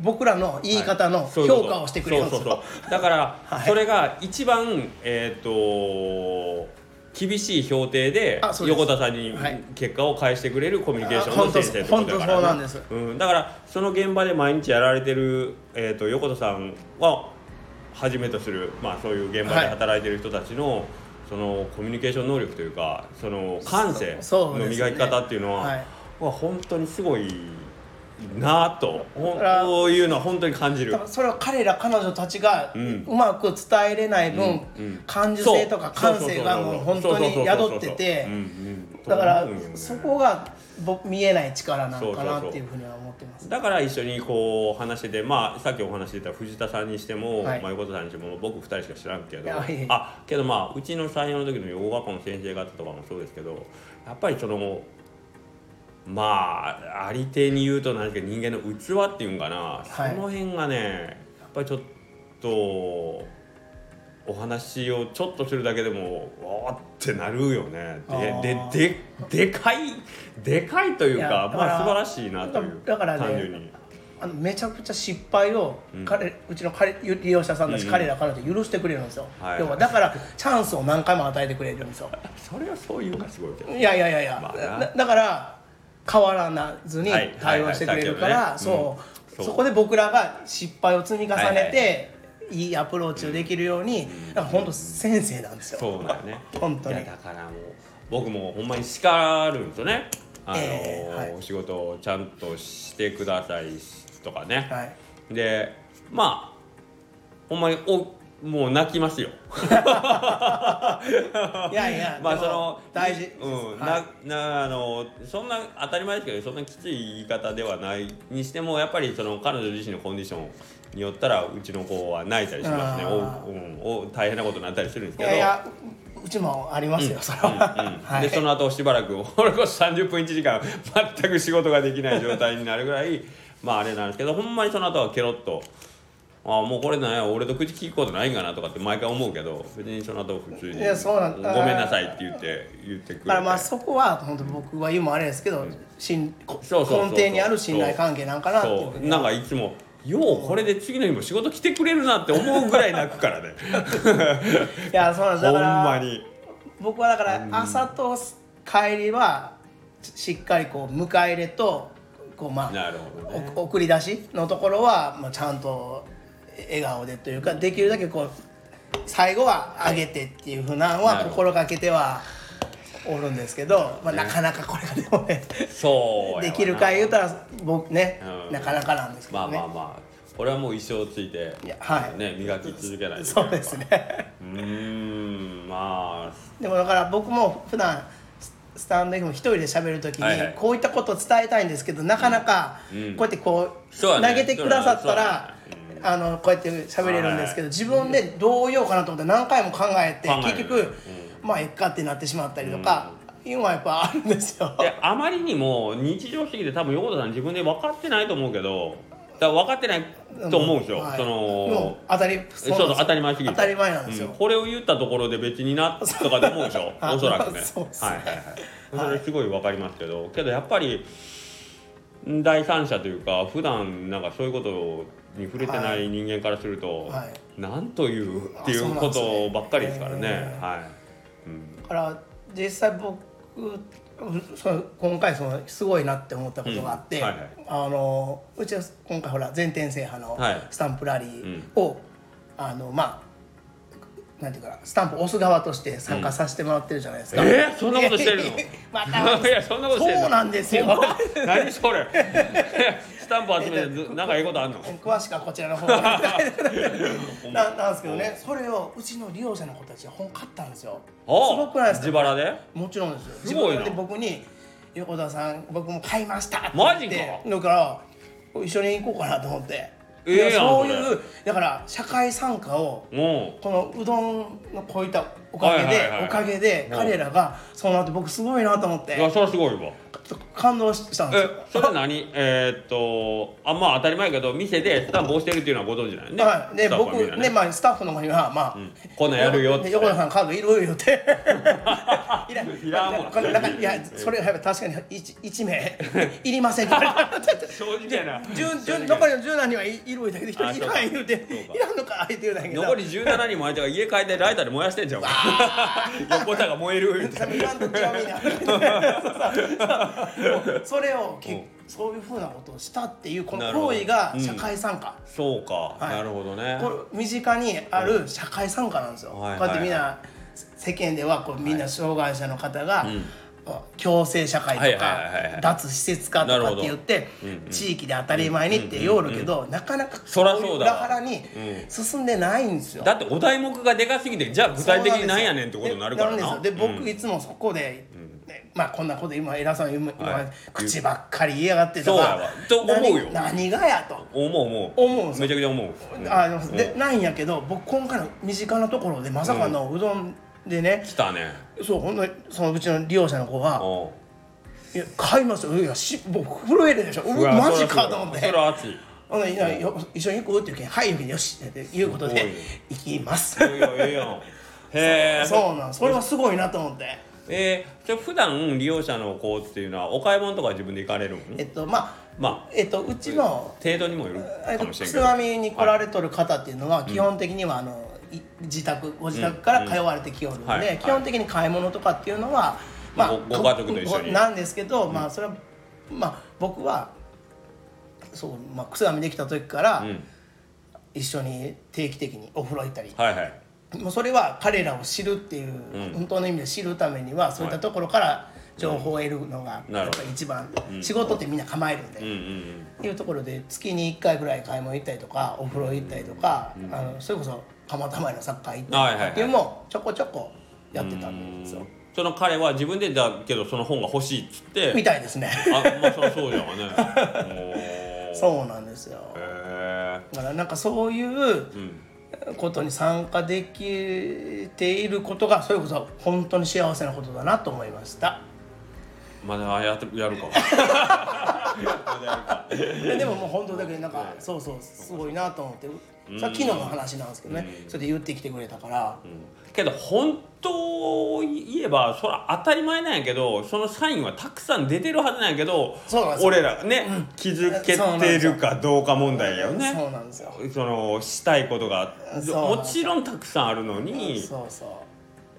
B: 僕らの言い方の
A: そういうこと
B: 評価をしてくれるんで
A: そ
B: す
A: うそ
B: よ
A: うそうだから、
B: はい
A: それが一番えっ、と厳しい評定で
B: あそうです
A: 横田さんに
B: はい
A: 結果を返してくれるコミュニケーション
B: あ
A: の
B: 本当
A: 先生ってことだから
B: 本当そうなんです
A: うん、だからその現場で毎日やられてる、えー、と横田さんははじめとする、まあ、そういう現場で働いてる人たちの、そのコミュニケーション能力というかその感性
B: そうそう
A: の
B: ですね
A: 磨き方っていうのは
B: はい
A: は本当にすごいなあとほん
B: だから
A: こういうのは本当に感じる
B: だからそれを彼ら彼女たちが
A: うん
B: うまく伝えれない分、
A: うんうん
B: 感受性とか感性がもう本当に宿っててだからそこ
A: が
B: がぼ見えない力なのかな
A: そうそうそう
B: っていうふうには思ってます。
A: だから一緒にこう話しててまあさっきお話してた藤田さんにしても、
B: はい
A: まあ、横田さんにしても僕2人しか知らんけ
B: い
A: ど
B: やいやいや
A: あけどまあうちの採用の時の洋学校の先生方とかもそうですけどやっぱりそのまあありていに言うとなんですけど人間の器っていうんかな、
B: い
A: その辺がねやっぱりちょっと。お話をちょっとするだけでもわーってなるよね
B: あー
A: ででででかいでかいという
B: いや
A: か
B: だから
A: まあ素晴らしいなという
B: だからね
A: 単純に
B: あのめちゃくちゃ失敗を
A: うん
B: 彼、うちの彼利用者さんたち、
A: うん
B: 彼ら彼女許してくれるんですよ、
A: はい
B: 要はだからチャンスを何回も与えてくれるんですよ
A: それはそういうのがすごいけど
B: いやいやいやいや、
A: まあな
B: だだから変わらなずに
A: はい
B: 対応してくれるから、
A: はいはいさっきの
B: そ
A: ね
B: う、
A: うん
B: そこで僕らが失敗を積み重ねて、
A: はい
B: い
A: はい
B: い、アプローチをできるように、
A: ん
B: なんか本当先生なんですよ。
A: そうだよね
B: 本当に
A: いやだからもう僕もほんまに叱るんですよねあの、
B: ええはい
A: お仕事をちゃんとしてくださいとかね、
B: はい、
A: でまあほんまにおもう泣きますよ
B: いやいや
A: まあ
B: で
A: そ
B: も
A: の
B: 大事、
A: うん、
B: はい
A: ななあのそんな当たり前ですけどそんなきつい言い方ではないにしてもやっぱりその彼女自身のコンディションによったらうちの子は泣いたりしますね
B: あー
A: お、うん、お大変なことになったりするんです
B: い
A: けど
B: やいやううちもありますよ、それは、
A: うん
B: はい
A: でその後しばらく それこそ30分1時間全く仕事ができない状態になるぐらいまああれなんですけどほんまにその後はケロッと。ああもうこれなんや俺と口聞くことないんかなとかって毎回思うけど別にその後普通に
B: いやそうなんだ
A: ごめんなさい」って言って言ってくれて
B: だからまあそこは本当僕は言うもあれですけど、信こ
A: そうそうそうそう
B: 根底にある信頼関係なんかなっていう
A: そうなんかいつもようこれで次の日も仕事来てくれるなって思うぐらい泣くからね
B: いやそうなんです
A: ほ
B: だ
A: ん
B: から
A: まに
B: 僕はだから朝と帰りはしっかりこう迎え入れとこうまあ
A: なるほどね
B: お送り出しのところはまあちゃんと笑顔でというかできるだけこう最後は上げてっていうふうなの
A: な
B: は
A: るほど
B: 心がけてはおるんですけど、まあ、なかなかこれがでもね
A: そうやわな
B: できるか言うたら僕ね
A: うん
B: なかなかなんですけ
A: まあ
B: ど
A: ま
B: ね
A: あまあこれはもう一生ついて
B: いやはい
A: ね磨き続けないといけない
B: そうですね。
A: うーんま
B: でもだから僕も普段ススタンド FM 一人で喋るときに、
A: はいはい
B: こういったことを伝えたいんですけどなかなかこ
A: うんうん
B: うやってこう、
A: そうやね
B: 投げてくださったら、
A: そう
B: あのこうやって喋れるんですけ
A: は
B: ど、
A: い
B: 自分でどう言おうかなと思って何回も考えて
A: 考える
B: 結局、まあえっかってなってしまったりとか、いうのはやっぱあるんですよ
A: あ。であまりにも日常すぎて多分横田さん自分で分かってないと思うけどだから分かってないと思うんですよ、
B: はい
A: その
B: もう当たり
A: そう
B: なん
A: そ
B: で
A: う
B: す
A: 当たり前すぎて
B: 当たり前なんですよ
A: う。これを言ったところで別になとかで思うでしょ
B: あ
A: おそらくね
B: そうっすね
A: はいはいはいそれすごいわかりますけど、けどやっぱり第三者というか普段なんかそういうことに触れてない人間からすると、
B: はい
A: なんという
B: あ
A: っていうこ
B: そうなんで
A: と
B: すね
A: ばっかりですからね。
B: えー
A: はい、うん
B: だから実際僕その今回そのすごいなって思ったことがあって、
A: うんはいはい
B: あのうちは今回ほら全天制派の
A: はい
B: スタンプラリーを、あのまあなんていうかなスタンプ押す側として参加させてもらってるじゃないですか。
A: えー、そんなことしてるの
B: また
A: いやそんなことしてるの
B: そうなんですよ。
A: 何そ れスタンプ集めてずなんかええことあんの
B: 詳しくはこちらの方を ななんですけどねそれをうちの利用者の子たちが本買ったんですよす
A: お
B: ごくないですか
A: 自腹で
B: もちろんですよ
A: すごいな
B: 自分で僕に「横田さん僕も買いました」って言って
A: マジか
B: だから一緒に行こうかなと思って、
A: ええやん
B: いやそうい
A: そう
B: だから社会参加を
A: も
B: このうどんのこういったおかげ
A: は
B: で、
A: いはいはい
B: おかげで
A: うん
B: 彼らがそうなって僕すごいなと思っ
A: う
B: て
A: いやそれはすごいわ
B: ちょっと感動したんですよ
A: えそれは何えーっとあまあ当たり前やけど店でスタンプ押してるっていうのはご存知なんよね、
B: はい、で
A: スタッフはみ
B: 僕
A: んな
B: ね、まあ、スタッフの方には、まあ、
A: こんなんやるよって
B: で横田さんカードいる よって。いら
A: いらんもん
B: この中いや、それはやっぱ確かに一 一名いりませんから。
A: 正直やな
B: 順順残りの十何人はいいるだけで一人
A: あ
B: い
A: そう
B: ら
A: か
B: ん言うて
A: そうか
B: いらんのか言うて言うだけど。
A: 残り17人も相手が家帰ってライターで燃やしてんじゃん横田が燃える言うて
B: 多分いらんとちゃうみ たいなそうそれをけそういうふうなことをしたっていうこの行
A: な
B: 為
A: る
B: が
A: ほどうん
B: 社会参加、
A: そうか、
B: い
A: なるほどね
B: これ身近にある社会参加なんですよ。こう
A: は
B: や
A: い
B: ってみんな世間ではこうみんな障害者の方が
A: ん
B: 共生社会とか
A: はいはいはいはい
B: 脱施設化と
A: なる
B: か
A: ほ
B: っ
A: ど
B: て言って
A: うんうん
B: 地域で当たり前にって言おるけどなかなか
A: そら
B: こい
A: そうだ
B: 裏腹に
A: う
B: 進んでないんですよ。
A: だってお題目がでかすぎてじゃあ具体的になんやねんってことになるから
B: で
A: な
B: で
A: うん
B: 僕いつもそこで、ねまあこんなこと今偉そうに今、
A: はい
B: 口ばっかり言いやがってとか
A: そうやわと思うよ
B: 何何がやと。
A: 思う思う
B: 思うんですよ
A: めちゃくちゃ思ううん
B: あの
A: う
B: で
A: ん
B: ないんやけど僕今回の身近なところでまさかのうどんでね、
A: 来たね
B: そうほんのそのうちの利用者の子が
A: お
B: 「いや買いますよ」いやし僕震えるでしょう
A: うわ
B: マジ
A: そら
B: か
A: そう
B: と
A: だ
B: 思っ
A: そ
B: て
A: れ。は熱い
B: ほんでいやよ一緒に行こうって言うけん「はい」言うけんよし」っていうこと
A: す
B: で
A: ごいね
B: 「行きます」
A: いやいやいやへえ
B: そうなんそれはすごいなと思って
A: えー、じゃあ普段利用者の子っていうのはお買い物とか自分で行かれるん
B: えっとまあ
A: まあ
B: えっとうちの
A: 程度にもよる
B: えっ
A: か
B: と
A: もしれん
B: つ
A: けど
B: まみに来られとる方っていうのは基本的にはあのい自宅ご自宅から通われてきよるん
A: はいはい
B: で基本的に買い物とかっていうのは
A: ごご家族と一緒に
B: ごなんですけどまあそれはまあ僕はそうまあつまみできた時から
A: うん
B: 一緒に定期的にお風呂行ったり
A: はいはい
B: もうそれは彼らを知るっていう
A: うん
B: 本当の意味で知るためにはそういったところから情報を得るのが
A: な
B: や
A: る
B: っ
A: ほど
B: ぱ一番仕事ってみんな構えるんで
A: うん。うん
B: っていうところで月に1回ぐらい買い物行ったりとかお風呂行ったりとか、あのそれこそ蒲田前のサッカー行ったりとかっていうのもちょこちょこやってたんですよ、
A: その彼は自分でだけどその本が欲しいっつって
B: みたいですね
A: あまあそりゃそう じゃんねう
B: そうなんですよ
A: へえ
B: だからなんかそういう
A: うん
B: ことに参加できていることがそれこそ本当に幸せなことだなと思いました
A: まだやってやるかまだやるか
B: ででももう本当だけどなんか そうそうすごいなと思ってさっきの話なんですけどねそれで言ってきてくれたから、
A: けど本当を言えばそら当たり前なんやけどそのサインはたくさん出てるはずなんやけど
B: そうなんですよ
A: 俺らね、気づけてるかどうか問題やよね
B: そうなんですよ
A: そのしたいことが
B: そう
A: もちろんたくさんあるのに
B: そうそう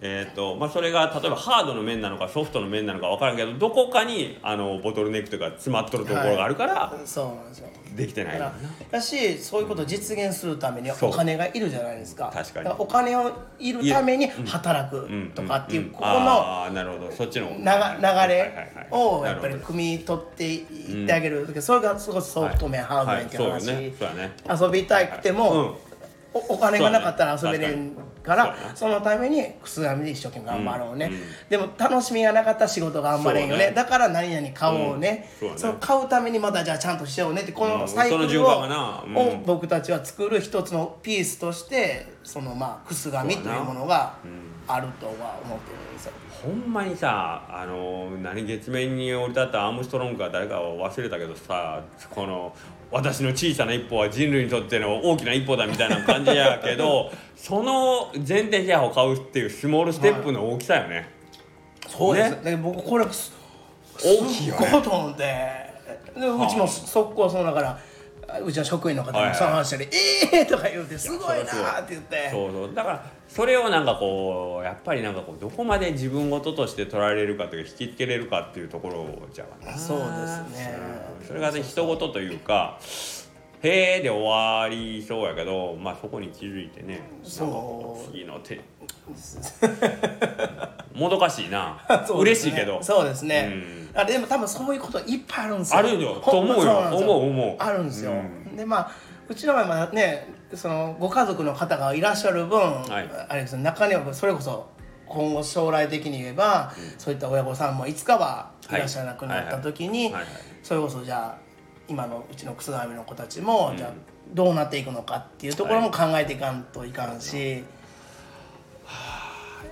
A: えーとまあ、それが例えばハードの面なのかソフトの面なのか分からんけどどこかにあのボトルネックというか詰まっとるところがあるから、
B: そうなんですよ
A: できてな
B: だ
A: い
B: か
A: よ
B: らだしそういうことを実現するためには
A: そう
B: お金がいるじゃないですか
A: 確かに
B: だらお金をいるために働く
A: うん
B: とかっていううんここの
A: あーなるほどそっちの
B: なが流れをやっぱり
A: なるほ
B: 汲み取っていってあげるだけどそれがすごいソフト面
A: ど
B: ハード面っていう
A: はいそうよね
B: 話
A: そうやね
B: 遊びたくて
A: うん
B: もおお金がなかったら遊べれんから
A: そうやね
B: そのためにくすがみで一生懸命頑張ろうね、
A: うんうん
B: でも楽しみがなかったら仕事頑張れん
A: そ
B: よ
A: う
B: ね
A: ね
B: だから何々買おうね,、
A: うんそう
B: そ
A: やね
B: の買うためにまだじゃあちゃんとしようねってこ
A: う
B: の
A: ん
B: サイクル
A: そ
B: を,、
A: の順番がなうん
B: を僕たちは作る一つのピースとしてそのまあくすがみというものがあるとは思ってるんですよ。
A: ほんまにさあの何月面に降り立ったアームストロングか誰かを忘れたけどさこの私の小さな一歩は人類にとっての大きな一歩だみたいな感じやけどその前提シェアを買うっていうスモールステップの大きさよね、
B: そうです、
A: ね
B: ね、僕これす
A: 大きいよね
B: すっごいと思ってでうちも速攻そうだからうちの職員の方もその話で「ええー!」とか言うて「すごいな!」って言って
A: そうそうだからそれをなんかこうやっぱりなんかこうどこまで自分事として捉えれるかというか引きつけれるかっていうところじゃな
B: そうですね
A: うんそれがね人事というか「へえ」で終わりそうやけどまあそこに気づいてね
B: そう
A: なんかこう次の手もどかしい な、
B: そうで
A: 嬉
B: す
A: し
B: ね
A: いけど
B: そうですね
A: う
B: あれでも多分そういうこといっぱいあるんですよ
A: あるよと
B: ほんま
A: 思う
B: そ
A: よ
B: なんです
A: 思う思う
B: あるんですよ、
A: う
B: でまあうちの場合はねそのご家族の方がいらっしゃる分、
A: い
B: あれですね中にはそれこそ今後将来的に言えば、そういった親御さんもいつかはいらっしゃらなくなった時に、
A: はいはいはい
B: それこそじゃあ今のうちの草上の子たちも、じゃあどうなっていくのかっていうところも考えていかんといかんし、い、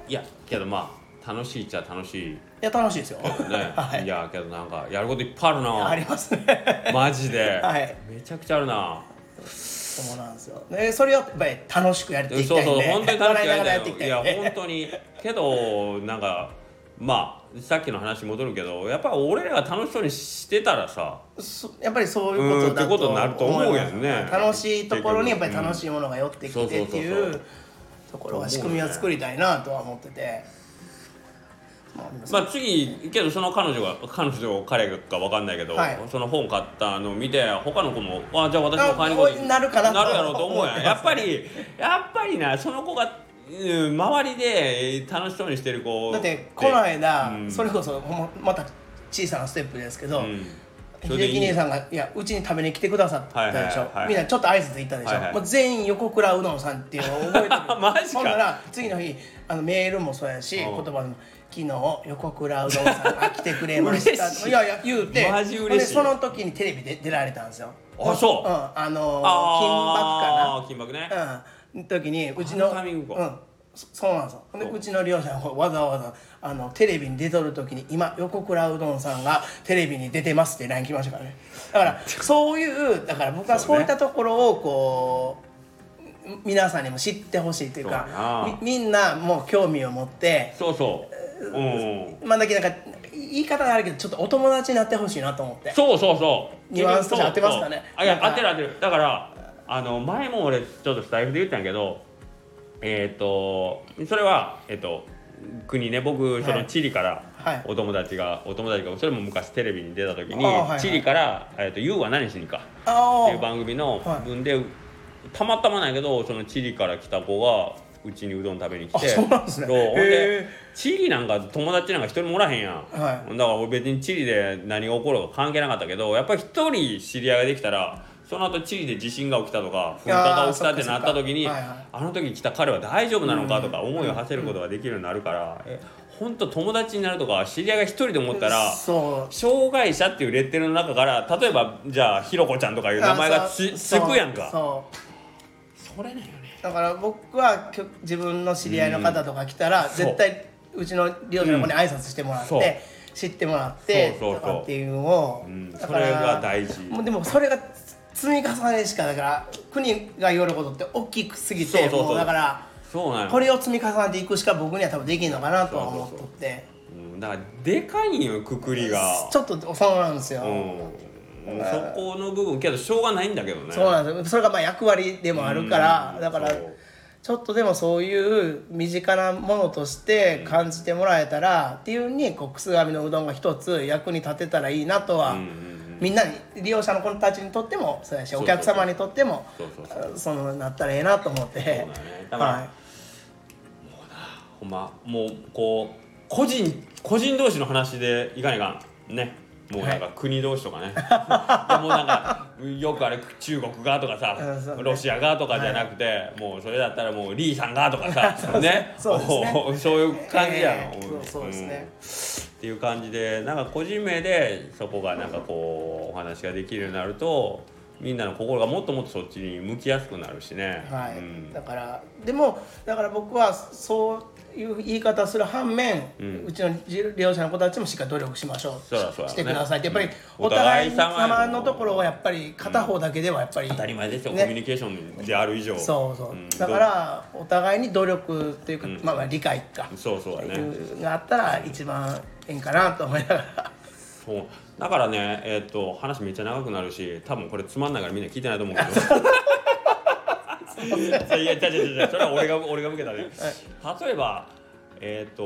A: いやけどまあ楽しいっちゃ楽しい
B: や楽しいですよ、
A: けどね、
B: はい
A: い、やけどなんかやることいっぱいある
B: あ
A: な
B: りますね
A: マジで、
B: はい
A: めちゃくちゃあるな
B: そうなんですよでそれをやっぱり楽しくやっていき
A: そ
B: た
A: う
B: い
A: そ
B: ん
A: う
B: で
A: 本当に楽しくやりたい
B: 笑いながらやっていきた
A: い
B: い
A: や
B: んで
A: 本当にけどなんかまあさっきの話戻るけどやっぱ俺らが楽しそうにしてたらさ
B: そやっぱりそういうことだ
A: うんってことになると思う
B: います
A: よね
B: 楽しいところにやっぱり楽しいものが寄ってきてって
A: うんそうそう
B: い
A: そうそう
B: うところは仕組みを作りたいなとは思ってて、まあ、
A: まあ次けどその彼女が彼女彼がか分かんないけど、
B: はい
A: その本買ったのを見て他の子もあじゃあ私も買いに行こう
B: あなるかな
A: なるやろうと思うや ん
B: 思って
A: や
B: ま
A: っ
B: す
A: ぱりやっぱりなその子が、うん、周りで楽しそうにしてる子
B: だってこの間、
A: うん
B: それこそほんままた小さなステップですけど、
A: うん それで
B: 秀樹
A: いい
B: 姉さんが「いやうちに食べに来てくださったでしょ、
A: はいはいはいはい
B: みんなちょっと挨拶行ったでしょ、
A: はいはい
B: もう全員横倉うどんさんっていうのを 覚えて
A: マジか
B: ほんなら次の日あのメールもそうやし、
A: うん
B: 言葉でも「昨日横倉うどんさんが来てくれました」
A: 嬉しい
B: やいや言うて
A: マジ嬉しい
B: ほんでその時にテレビで出られたんですよ
A: あそう
B: うん、あの
A: あ
B: ー
A: ー金箔ね
B: 金箔かなうん時にうちの
A: あのタイミングか
B: うんそそうなんですよほんでうちの両親はわざわざあのテレビに出とる時に今横倉うどんさんがテレビに出てますって LINE 来ましたからねだ からそういうだから僕は
A: そうね
B: そういったところをこうみ皆さんにも知ってほしいという
A: そうや
B: か
A: な
B: みみんなもう興味を持って
A: そうそう、うん、
B: まあだけどなんか言い方があるけどちょっとお友達になってほしいなと思って
A: そうそうそう
B: ニュアンスとして合ってますかね
A: そうそうあいや
B: なんか
A: 合ってる合ってるだからあの前も俺ちょっとスタイフで言ったんやけどえっ、とそれはえっ、と国ね僕そ
B: は
A: の
B: い
A: チリから
B: はい
A: お友達が、お友達がそれも昔テレビに出た時に、
B: あはいはい
A: チリから「えー、と YOU は何しにか」っ
B: あ
A: ていう番組の
B: はい
A: 分で、たまたまなんやけどそのチリから来た子がうちにうどん食べに来て
B: あそうなんですね
A: そうほん
B: へ
A: でチリなんか友達なんか一人もおらへんやん、
B: は
A: だから俺別にチリで何が起ころうか関係なかったけどやっぱり一人知り合いができたらその後チリで地震が起きたとか噴火が起きたってなった時に
B: あーそっか
A: あ,、
B: そっかはいはい
A: の時来た彼は大丈夫なのかとか思いを馳せることができるようになるから、えほんと友達になるとか知り合いが一人で思ったら。
B: そう
A: 障害者っていうレッテルの中から例えばじゃあひろこちゃんとかいう名前がつつ
B: あそう
A: くやんか
B: そう
A: それなんよね
B: だから僕はきょ自分の知り合いの方とか来たら、
A: そう
B: 絶対うちの両親の子に挨拶してもらって、
A: そう
B: 知ってもらって
A: そうそう
B: と
A: そう
B: かっていうのを、
A: うん
B: だ
A: そ
B: から
A: れが大事
B: もうでもそれが積み重ねしかだから国が言われることって大きくすぎて
A: そうそうそう
B: もうだから
A: そうなの
B: これを積み重ねていくしか僕には多分できんのかなとは思っとって
A: うんだからでかいんよくくりが
B: ちょっとそうなんですよ、
A: うんそこの部分けどしょうがないんだけどね
B: そうなんですよそれがまあ役割でもあるから、
A: うん
B: だから
A: そう
B: ちょっとでもそういう身近なものとして感じてもらえたら、っていうふうにこうくすがみのうどんが一つ役に立てたらいいなとは、
A: うんうん
B: みんなに利用者の子たちにとってもそうやし
A: そう
B: お
A: そう
B: 客様にとっても
A: そうそうそ
B: あそのなったらええなと思っ
A: そ
B: て
A: うだねだから
B: はい
A: ほんまもうこう個人個人同士の話でいかないかんねもうなんか国同士とか ね、もうなんかよくあれ中国がとかさ、
B: うんそうね
A: ロシアがとかじゃなくて、もうそれだったらもうリーさんがとか さね
B: そうですね
A: おそういう感じやん、
B: ええそうそうですね
A: うんっていう感じでなんか個人名でそこがなんかこうお話ができるようになるとみんなの心がもっともっとそっちに向きやすくなるしね。
B: はい
A: うん
B: だからでもだから僕はそういう言い方する反面、うちの利用者の子たちもしっかり努力しましょう
A: そうだそうだ
B: してくださいってやっぱり
A: うん
B: お互い
A: お互い様
B: 様のところをやっぱり片方だけではやっぱり、
A: 当たり前ですよ、
B: ね
A: コミュニケーションである以上
B: そうそう、
A: ん
B: だからお互いに努力っていうか、まあまあ理解か
A: そうそうだね
B: いうのがあったら一番ええんかなと思いながら
A: そうだからねえっと話めっちゃ長くなるし多分これつまんないからみんな聞いてないと思うけ どいやいや違う違う違うそれは 俺が俺が向けたね例えばえっと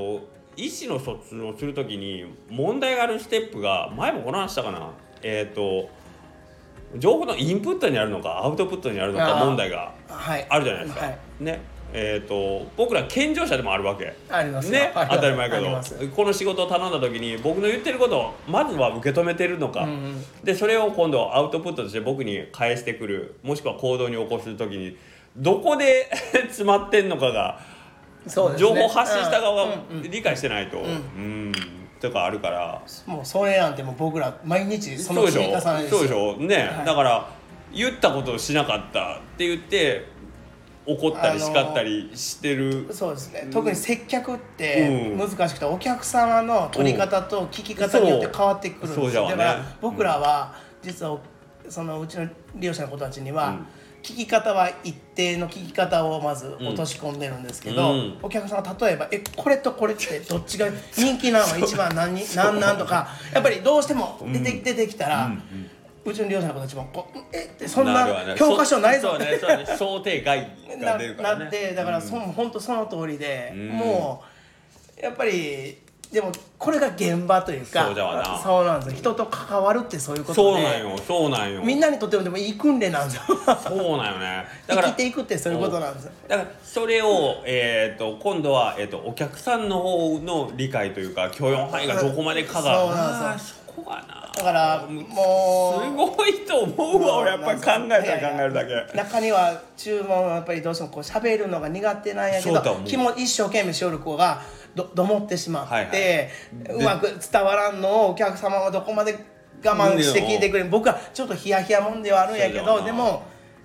A: 意思の疎通をするときに問題があるステップが前もこの話したかなえっと情報のインプットにあるのかアウトプットにあるのか
B: あー
A: 問題が
B: はい
A: あるじゃないですか、
B: はい
A: ねえっと僕ら健常者でもあるわけ
B: ありますよ
A: ね
B: あります
A: 当たり前
B: あり
A: や
B: ます
A: けどこの仕事を頼んだ時に僕の言ってることをまずは受け止めてるのか、
B: うんうん
A: でそれを今度アウトプットとして僕に返してくるもしくは行動に起こす時にどこで 詰まってんのかが、
B: そうですね
A: 情報発信した側
B: うん
A: が
B: うんうん
A: 理解してないとうん,、とかあるから
B: もうそれなんてもう僕ら毎日
A: そ
B: そ
A: う
B: の
A: でし
B: 積み重
A: ょ
B: ねです
A: そうでし
B: よ
A: ょね、
B: はい
A: だから言ったことをしなかったって言って怒ったり
B: あのー
A: 叱ったりしてる、
B: そうですね特に接客って
A: うん
B: 難しくて、お客様の取り方と聞き方によって変わってくるんです
A: そうそうじゃ
B: よ
A: わね
B: だから僕らは実はそのうちの利用者の子たちには、
A: うん
B: 聞き方は一定の聞き方をまず落とし込んでるんですけど、
A: うん
B: お客様例えば「えこれとこれってどっちが人 気なの一番何に何なん?」とかやっぱりどうしても出て,、出てきたら、うちの利用者の子たちもこう「えってそん
A: るわ
B: な
A: ね
B: 教科書ないぞ」
A: そう
B: って
A: ねそうね想定外
B: な
A: が出るからね
B: なってだからそ、本当その通りで、
A: ん
B: もうやっぱりでもこれが現場というか
A: そうじゃわな
B: そうなんですよ人と関わるってそういうこと
A: そ
B: で
A: うなんよそうなんよ
B: みんなにとってもでもいい訓練なんです よ
A: そうなんよねだか
B: 生
A: ら
B: きていくってそういうことなんですよ
A: だからそれを、えー、と今度は、えー、とお客さんの方の理解というか許容範囲がどこまでかが
B: そうなん
A: あー
B: で
A: そこがな
B: だから
A: す
B: もう
A: ごいと思うわ俺やっぱり考えたら考えるだけ。
B: 中には注文はやっぱりどうしてもこう喋るのが苦手なんやけ
A: そうだ
B: ど
A: もう
B: 気も一生懸命しおる子がどどもってしまって、
A: はいはいう
B: まく伝わらんのをお客様はどこまで我慢して聞いてくれる僕はちょっとヒヤヒヤもんではあるんやけ
A: そうだよ
B: ど
A: な
B: でも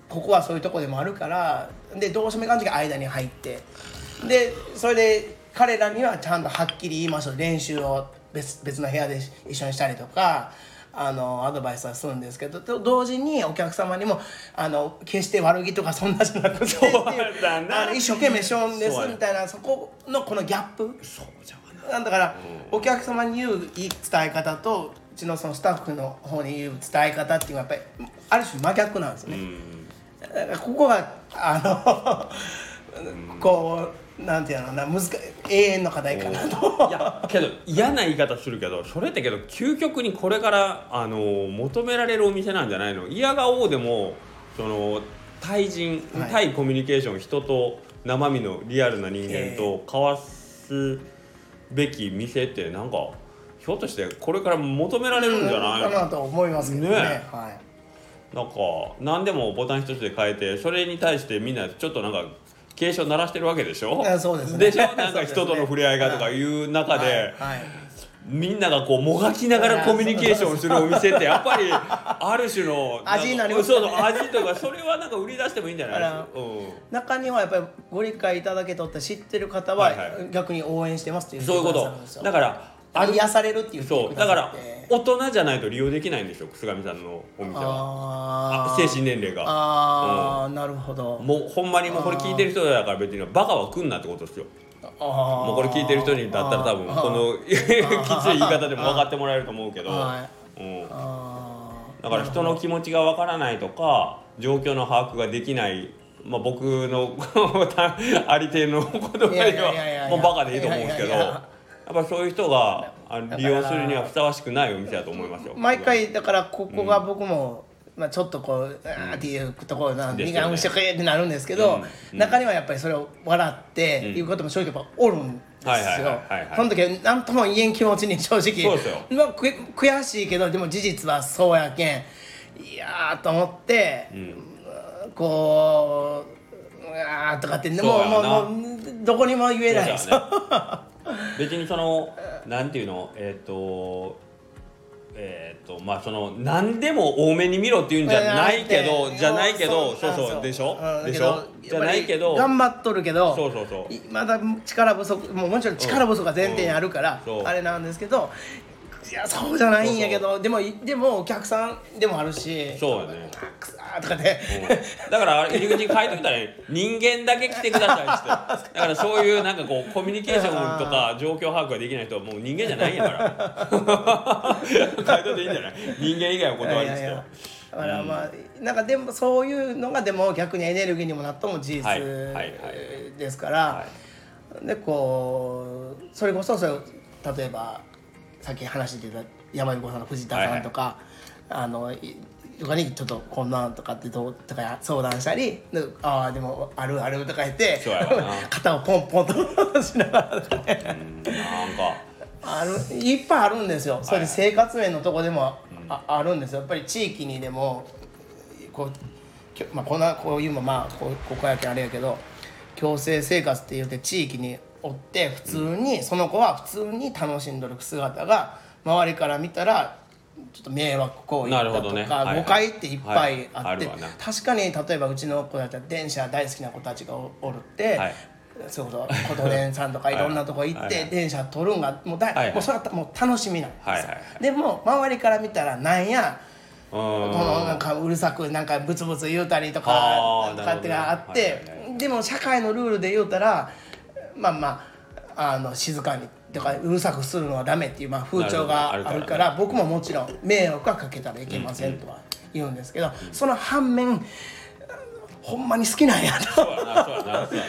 B: ここはそういうとこでもあるからでどうしてもいかん時は間に入ってでそれで彼らにはちゃんとはっきり言いましょう練習を別別の部屋で一緒にしたりとかあのアドバイスはするんですけどと同時にお客様にもあの決して悪気とかそんなじゃなくてっていう
A: そうだな
B: あの一生懸命しょんで
A: そうや
B: すみたいなそこのこのギャップ
A: そうじゃわな
B: なんだから、お客様に言ういい伝え方とうちのそのスタッフの方に言う伝え方っていうのはやっぱりある種真逆なんですね。だからここがあのこうなんていうのかな難しい永遠の課題かなと。
A: いやけど嫌な言い方するけどそれってけど究極にこれからあの求められるお店なんじゃないの嫌がおうでもその対人、
B: はい
A: 対コミュニケーション人と生身のリアルな人間と交わすべき店ってなんかひょっとしてこれから求められるんじゃないの、
B: かなと思いますけどね。
A: ね
B: はい
A: なんか何でもボタン一つで変えてそれに対してみんなちょっとなんか警鐘鳴らしてるわけでしょ
B: あそうですね
A: でしょなんか人との触れ合いがとかいう中で。
B: はいはい
A: みんながこうもがきながらコミュニケーションするお店ってやっぱりある種の
B: 味になり
A: んか
B: ますよ
A: そう
B: ね
A: そう味とかそれはなんか売り出してもいいんじゃない
B: あら
A: う
B: 中にはやっぱりご理解いただけとって知ってる方
A: は
B: はい
A: はい
B: 逆に応援してますってい
A: ん
B: う
A: そういうこ
B: 方なんです
A: と
B: よ
A: だから
B: あ
A: あ
B: の
A: る
B: 癒されるっていう
A: そうだから大人じゃないと利用できないんですよ楠上さんのお店は
B: あ
A: 精神年齢が
B: ああ、なるほど
A: もうほんまにもうこれ聞いてる人だから別にバカは来んなってことですよも
B: も
A: うこれ聞いてる人にだったら多分この きつい言い方でも分かってもらえると思うけど、
B: は
A: うん、
B: あー
A: だから人の気持ちがわからないとか状況の把握ができない、まあ、僕のありていの言葉
B: いやい
A: で
B: やいやいや
A: はもうバカでいいと思うんですけど
B: いやいやいや
A: やっぱりそういう人があ
B: だから
A: 利用するにはふさわしくないお店だと思いますよ。
B: 毎回だからここが僕も、まあ、ちょっとこうあーっていうところなんで
A: です
B: 苦
A: よね
B: がむしてくれってなるんですけど、中にはやっぱりそれを笑って
A: うん
B: いうことも正直やっぱおるんです
A: はいはいは
B: よ
A: いはいはい
B: その時は何とも言えん気持ちに正直
A: そうですよ
B: まあ、く悔しいけどでも事実はそうやけんいやーと思って、こううわーとかってでも
A: そううや
B: も
A: な
B: うもうどこにも言えないです
A: そうだね別にそのなんていうのえっ、とえっ、とまあその何でも多めに見ろっていうんじゃないけどじゃないけどそうそうでしょ
B: うん
A: でし
B: だ
A: ょ
B: けど
A: じゃないけど
B: やっぱり頑張っとるけど
A: そうそうそう
B: いまだ力不足もうもちろん力不足が前提にあるから、
A: うんそう
B: あれなんですけど、いやそうじゃないんやけどでもいでもお客さんでもあるし
A: そうよね
B: あくさーとかで
A: うんだからあれ入り口に書いといたら、ね、人間だけ来てくださいってだからそういうなんかこうコミュニケーションとか状況把握ができない人はもう人間じゃないんやから書いといていいんじゃない 人間以外はお断り
B: い
A: で
B: やい
A: す
B: やい
A: よ
B: やだからまあ、なんかでもそういうのがでも逆にエネルギーにもなったも事実
A: はいはいは
B: ですから、
A: は
B: でこうそれこそそれを例えばさっき話してた山彦さんの藤田さんとか、あのいとかにちょっとこんなんとかってどうとか相談したりでああでもあるあるとか言って
A: そうやわな
B: 肩をポンポンとしながらとかね
A: うんなんか
B: あるいっぱいあるんですよ、それで生活面のとこでもあ,、あるんですよ、やっぱり地域にでも、こうきょまあ、こんなこういうもまあこうここやけんあれやけど、共生生活って言って、地域におって、普通に、その子は普通に楽しんどる姿が、周りから見たら、ちょっと迷惑行為だと
A: なるほど
B: か、
A: ねはいはい
B: 誤解っていっぱいあって、
A: はいあるわな
B: 確かに例えばうちの子たちは電車大好きな子たちがおおるって、
A: はい
B: そうそう琴電さんとかいろんなとこ行っ
A: はいはい
B: て
A: はい
B: 電車取るんがもうだ、
A: はいはい
B: もうそれはもう楽しみなんですよ、
A: はいはいは
B: でも周りから見たらなんや
A: う
B: こ
A: ん
B: のなんかうるさくなんかブツブツ言うたりと
A: あ
B: か
A: ー
B: とかってがあって、
A: なるほどねはいはい
B: でも社会のルールで言うたらまあまああの静かにとかうるさくするのはダメっていう、まあ、風潮があ
A: なる
B: る
A: ほ
B: か
A: ど
B: ら
A: あるから
B: 僕ももちろん迷惑はかけたらいけませんとは言うんですけど、その反面ほんまに好きなんやと。
A: そうやなそうやなそうやな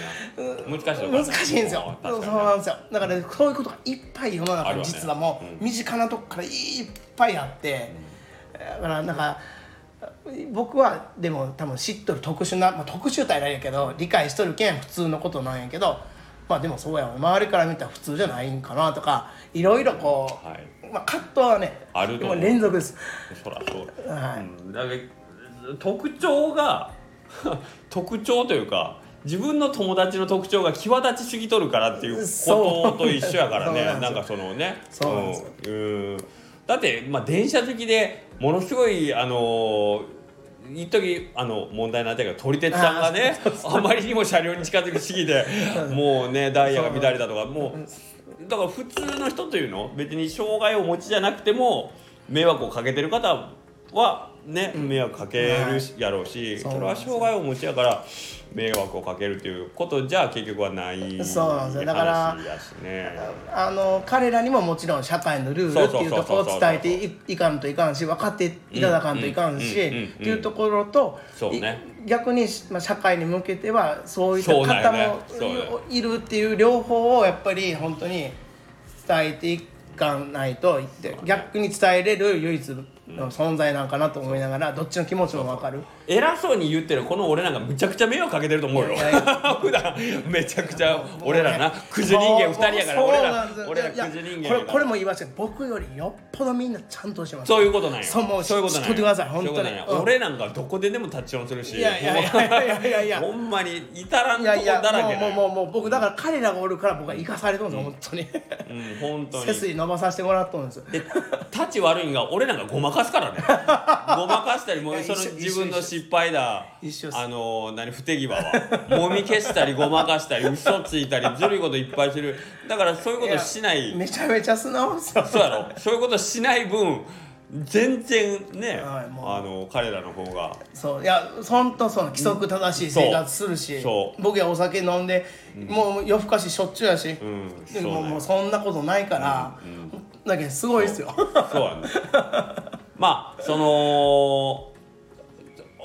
A: 難しいとこ
B: 難しいんですよ
A: 確
B: そう
A: かに
B: なんですよだからそういうことがいっぱい世の
A: あ
B: 中
A: る
B: に
A: わね
B: 実はもう身近なとこからいっぱいあって、だからなんか僕はでも多分知っとる特殊な、まあ、特殊体なんやけど理解しとるけん普通のことなんやけどまあでもそうやわ周りから見たら普通じゃないんかなとかいろいろこう、
A: はい
B: まあ、葛藤はね
A: あると思う
B: もう連続です
A: そらそうだ、
B: はい
A: うん、だけど特徴が 特徴というか自分の友達の特徴が際立ちすぎとるからっていう
B: そ
A: こ
B: う
A: とと一緒やからね
B: そう
A: な
B: なんんですよ
A: かそのね
B: そうなんですよ
A: うんうんだって、まあ、電車好きでものすごいあのー一時あの問題になったけど撮り鉄さんがねあまりにも車両に近づきすぎ てもうねダイヤが乱れたとかもうだから普通の人というの別に障害をお持ちじゃなくても迷惑をかけてる方はね迷惑かけるしやろうし
B: そ
A: そうれは
B: なんですよ
A: 障害をお持ちやから迷惑をかけるということじゃ結局はない
B: そうなんですよだから
A: 話やしね
B: あの彼らにももちろん社会のルールっていうところを伝えていいかんといかんし分かっていただかんといかんしっ
A: うん
B: て
A: うんうんうん
B: いうところと
A: そうね
B: い逆に、まあ、社会に向けてはそういった
A: そうだよ
B: 方
A: ね
B: も
A: そうよ
B: いるっていう両方をやっぱり本当に伝えていかないと逆に伝えれる唯一の存在なんかなと思いながらどっちの気持ちも分かる。
A: 偉そうに言ってるこの俺なんかむちゃくちゃ迷惑かけてると思うよ
B: いやいや
A: 普段めちゃくちゃ俺らな
B: もうね
A: クズ人間2人やから
B: そう
A: 俺
B: そうなんです
A: ら
B: よ
A: 俺ら
B: いや
A: クズ人間
B: こ
A: や
B: れこ
A: か
B: れ
A: ら
B: も言いましたけど僕よりよっぽどみんなちゃんとしてます
A: そういうことなんや
B: そうもう
A: そういうことなんや
B: 知っといてください本当
A: そうう
B: に
A: ことなんや
B: うん
A: 俺なんかどこででも立ち寄りするし
B: いやいやいやいやいやいや
A: ほんまに至らん
B: い
A: とこ
B: や
A: だら
B: い
A: けだ
B: やもう
A: よ
B: もうもうもう僕だから彼らがおるから僕は生かされとんですよ、本当に
A: うん本当
B: 背
A: に
B: 筋伸ばさせてもらっとんです
A: で立ち悪いんが俺なんかごまかすから ねごまかしたりもう
B: いや
A: その
B: 一緒
A: 自分の失敗だ
B: 一緒っす
A: あの何不手際はもみ消したりごまかしたり嘘ついたりずるいこといっぱいするだからそういうことしない
B: めちゃめちゃ素 直ですよ
A: そうやろそういうことしない分全然ね、
B: はいもう
A: あの彼らの方が
B: そういや本当その規則正しい生活するし、
A: うんそう
B: 僕はお酒飲んで、もう夜更かししょっちゅうやし、
A: んそ
B: で
A: う
B: も
A: ね
B: もうそんなことないから、だけどすごいですよ
A: そうやねまあその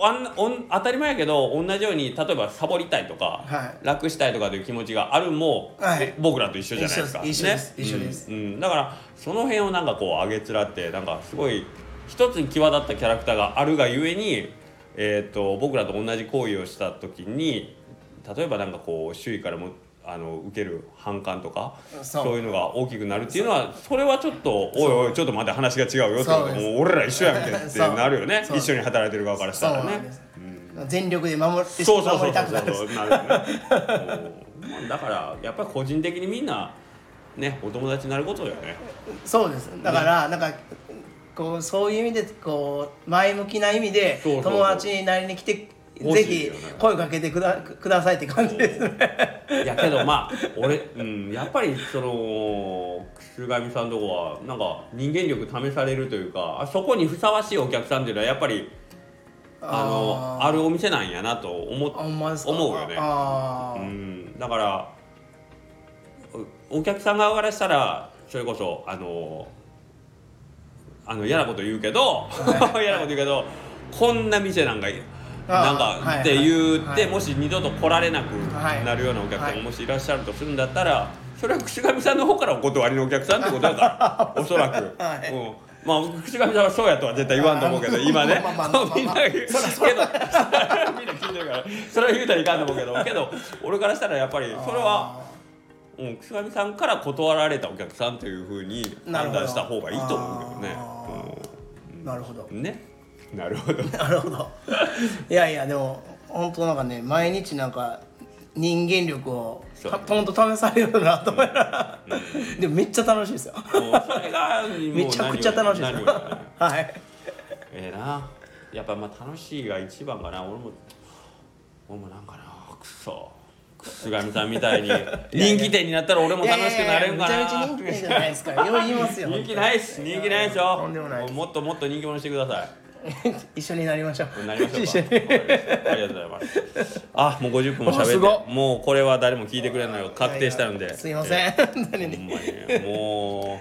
A: あんおん当たり前やけど同じように例えばサボりたいとか、
B: は
A: 楽したいとかという気持ちがあるも、
B: はい
A: え僕らと一緒じゃないですか
B: 一緒です
A: ね
B: 一緒です
A: うんうんだからその辺をなんかこう上げつらってなんかすごい一つに際立ったキャラクターがあるがゆえに、えー、と僕らと同じ行為をした時に例えばなんかこう周囲からもあの受ける反感とか
B: そう
A: そういうのが大きくなるっていうのはそれはちょっとおいおいちょっと待って話が違うよってこと
B: そうです
A: もう俺ら一緒やんけって
B: そう
A: なるよね
B: そう
A: 一緒に働いてる側からし
B: そ
A: た
B: う
A: ら
B: なん
A: ね
B: です、全力で守って
A: そうそうそ
B: 守
A: う
B: り
A: そ
B: たくなる
A: うそうなるよねうんだからやっぱり個人的にみんなねお友達になることだよね
B: そうですだから、なんかこうそういう意味でこう前向きな意味で
A: そうそうそう
B: 友達になりに来て
A: 欲
B: ぜ
A: しい
B: ひ
A: よね
B: 声かけてくだくださいって感じですね
A: いやけどまあ俺、うん、やっぱりその鶴上さんとこはなんか人間力試されるというかあそこにふさわしいお客さんっていうのはやっぱり あのあ
B: る
A: るお店なんやなと思っ
B: あほんまですか
A: 思うよね
B: あ
A: う
B: ー
A: んだからおお客さん側からしたらそれこそあのあの嫌なこと言うけど嫌なこと言うけどこんな店なんかい
B: あー
A: なん
B: はい
A: かって言って、
B: はい
A: もし二度と来られなく
B: はい
A: なるようなお客さん
B: は
A: が
B: い
A: もしいらっしゃるとするんだったら、それは串上さんの方からお断りのお客さんってことだからおそらく、
B: はい
A: うん、まあ串上さんはそうやとは絶対言わんと思うけど
B: あー
A: 今ね
B: まあまあまあまあ
A: みんな言うけどみんな聞いてるからそれは言うたらいかんと思うけどけど俺からしたらやっぱりそれは、うん、串上さんから断られたお客さんというふうに
B: なる
A: 判
B: ほど
A: 断した方がいいと思うけどね。
B: あーなるほど
A: うんねなるほど。
B: なるほどいやいやでも本当なんかね毎日なんか人間力を
A: そう
B: たほんと試されるなと思いながらでもめっちゃ楽しいですよ
A: もうそれがもう
B: めちゃくちゃ楽しいで
A: 何
B: す
A: より何
B: よ
A: よりだね
B: はい
A: ええなやっぱまあ楽しいが一番かな俺も俺もなんかなくそ菅上さんみたいに人気店になったら俺も楽しくなれるか
B: いやい
A: な
B: やいやめちゃめちゃ人気店じゃないですからよう言いますよ
A: 人気ないっす人気ないっすよ
B: とんでもないです
A: もっともっと人気者にしてください
B: 一緒になりましょう
A: なりましょう
B: 一緒
A: か
B: に
A: わかりましたありがとうございますあもう50分も
B: あすご
A: 喋っ
B: って
A: もうこれは誰も聞いてくれないのが確定したので
B: いやいやすいません
A: え
B: 誰
A: ーほ
B: に
A: んまにも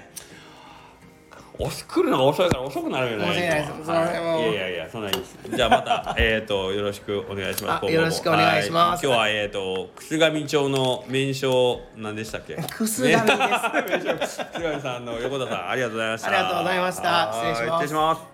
A: う遅来るのが遅いから遅くなるよね
B: 申し訳ないです
A: 今
B: その辺は
A: はいいやいやいやそんなにいいですじゃあまたえっとよろしくお願いします今
B: あ
A: 後も
B: よろしくお願いします
A: は今日はえっと楠上町の名称何でしたっけ
B: くすが みです
A: ね名称楠上さんの横田さんありがとうございました
B: ありがとうございました
A: は
B: 失礼します
A: 失礼します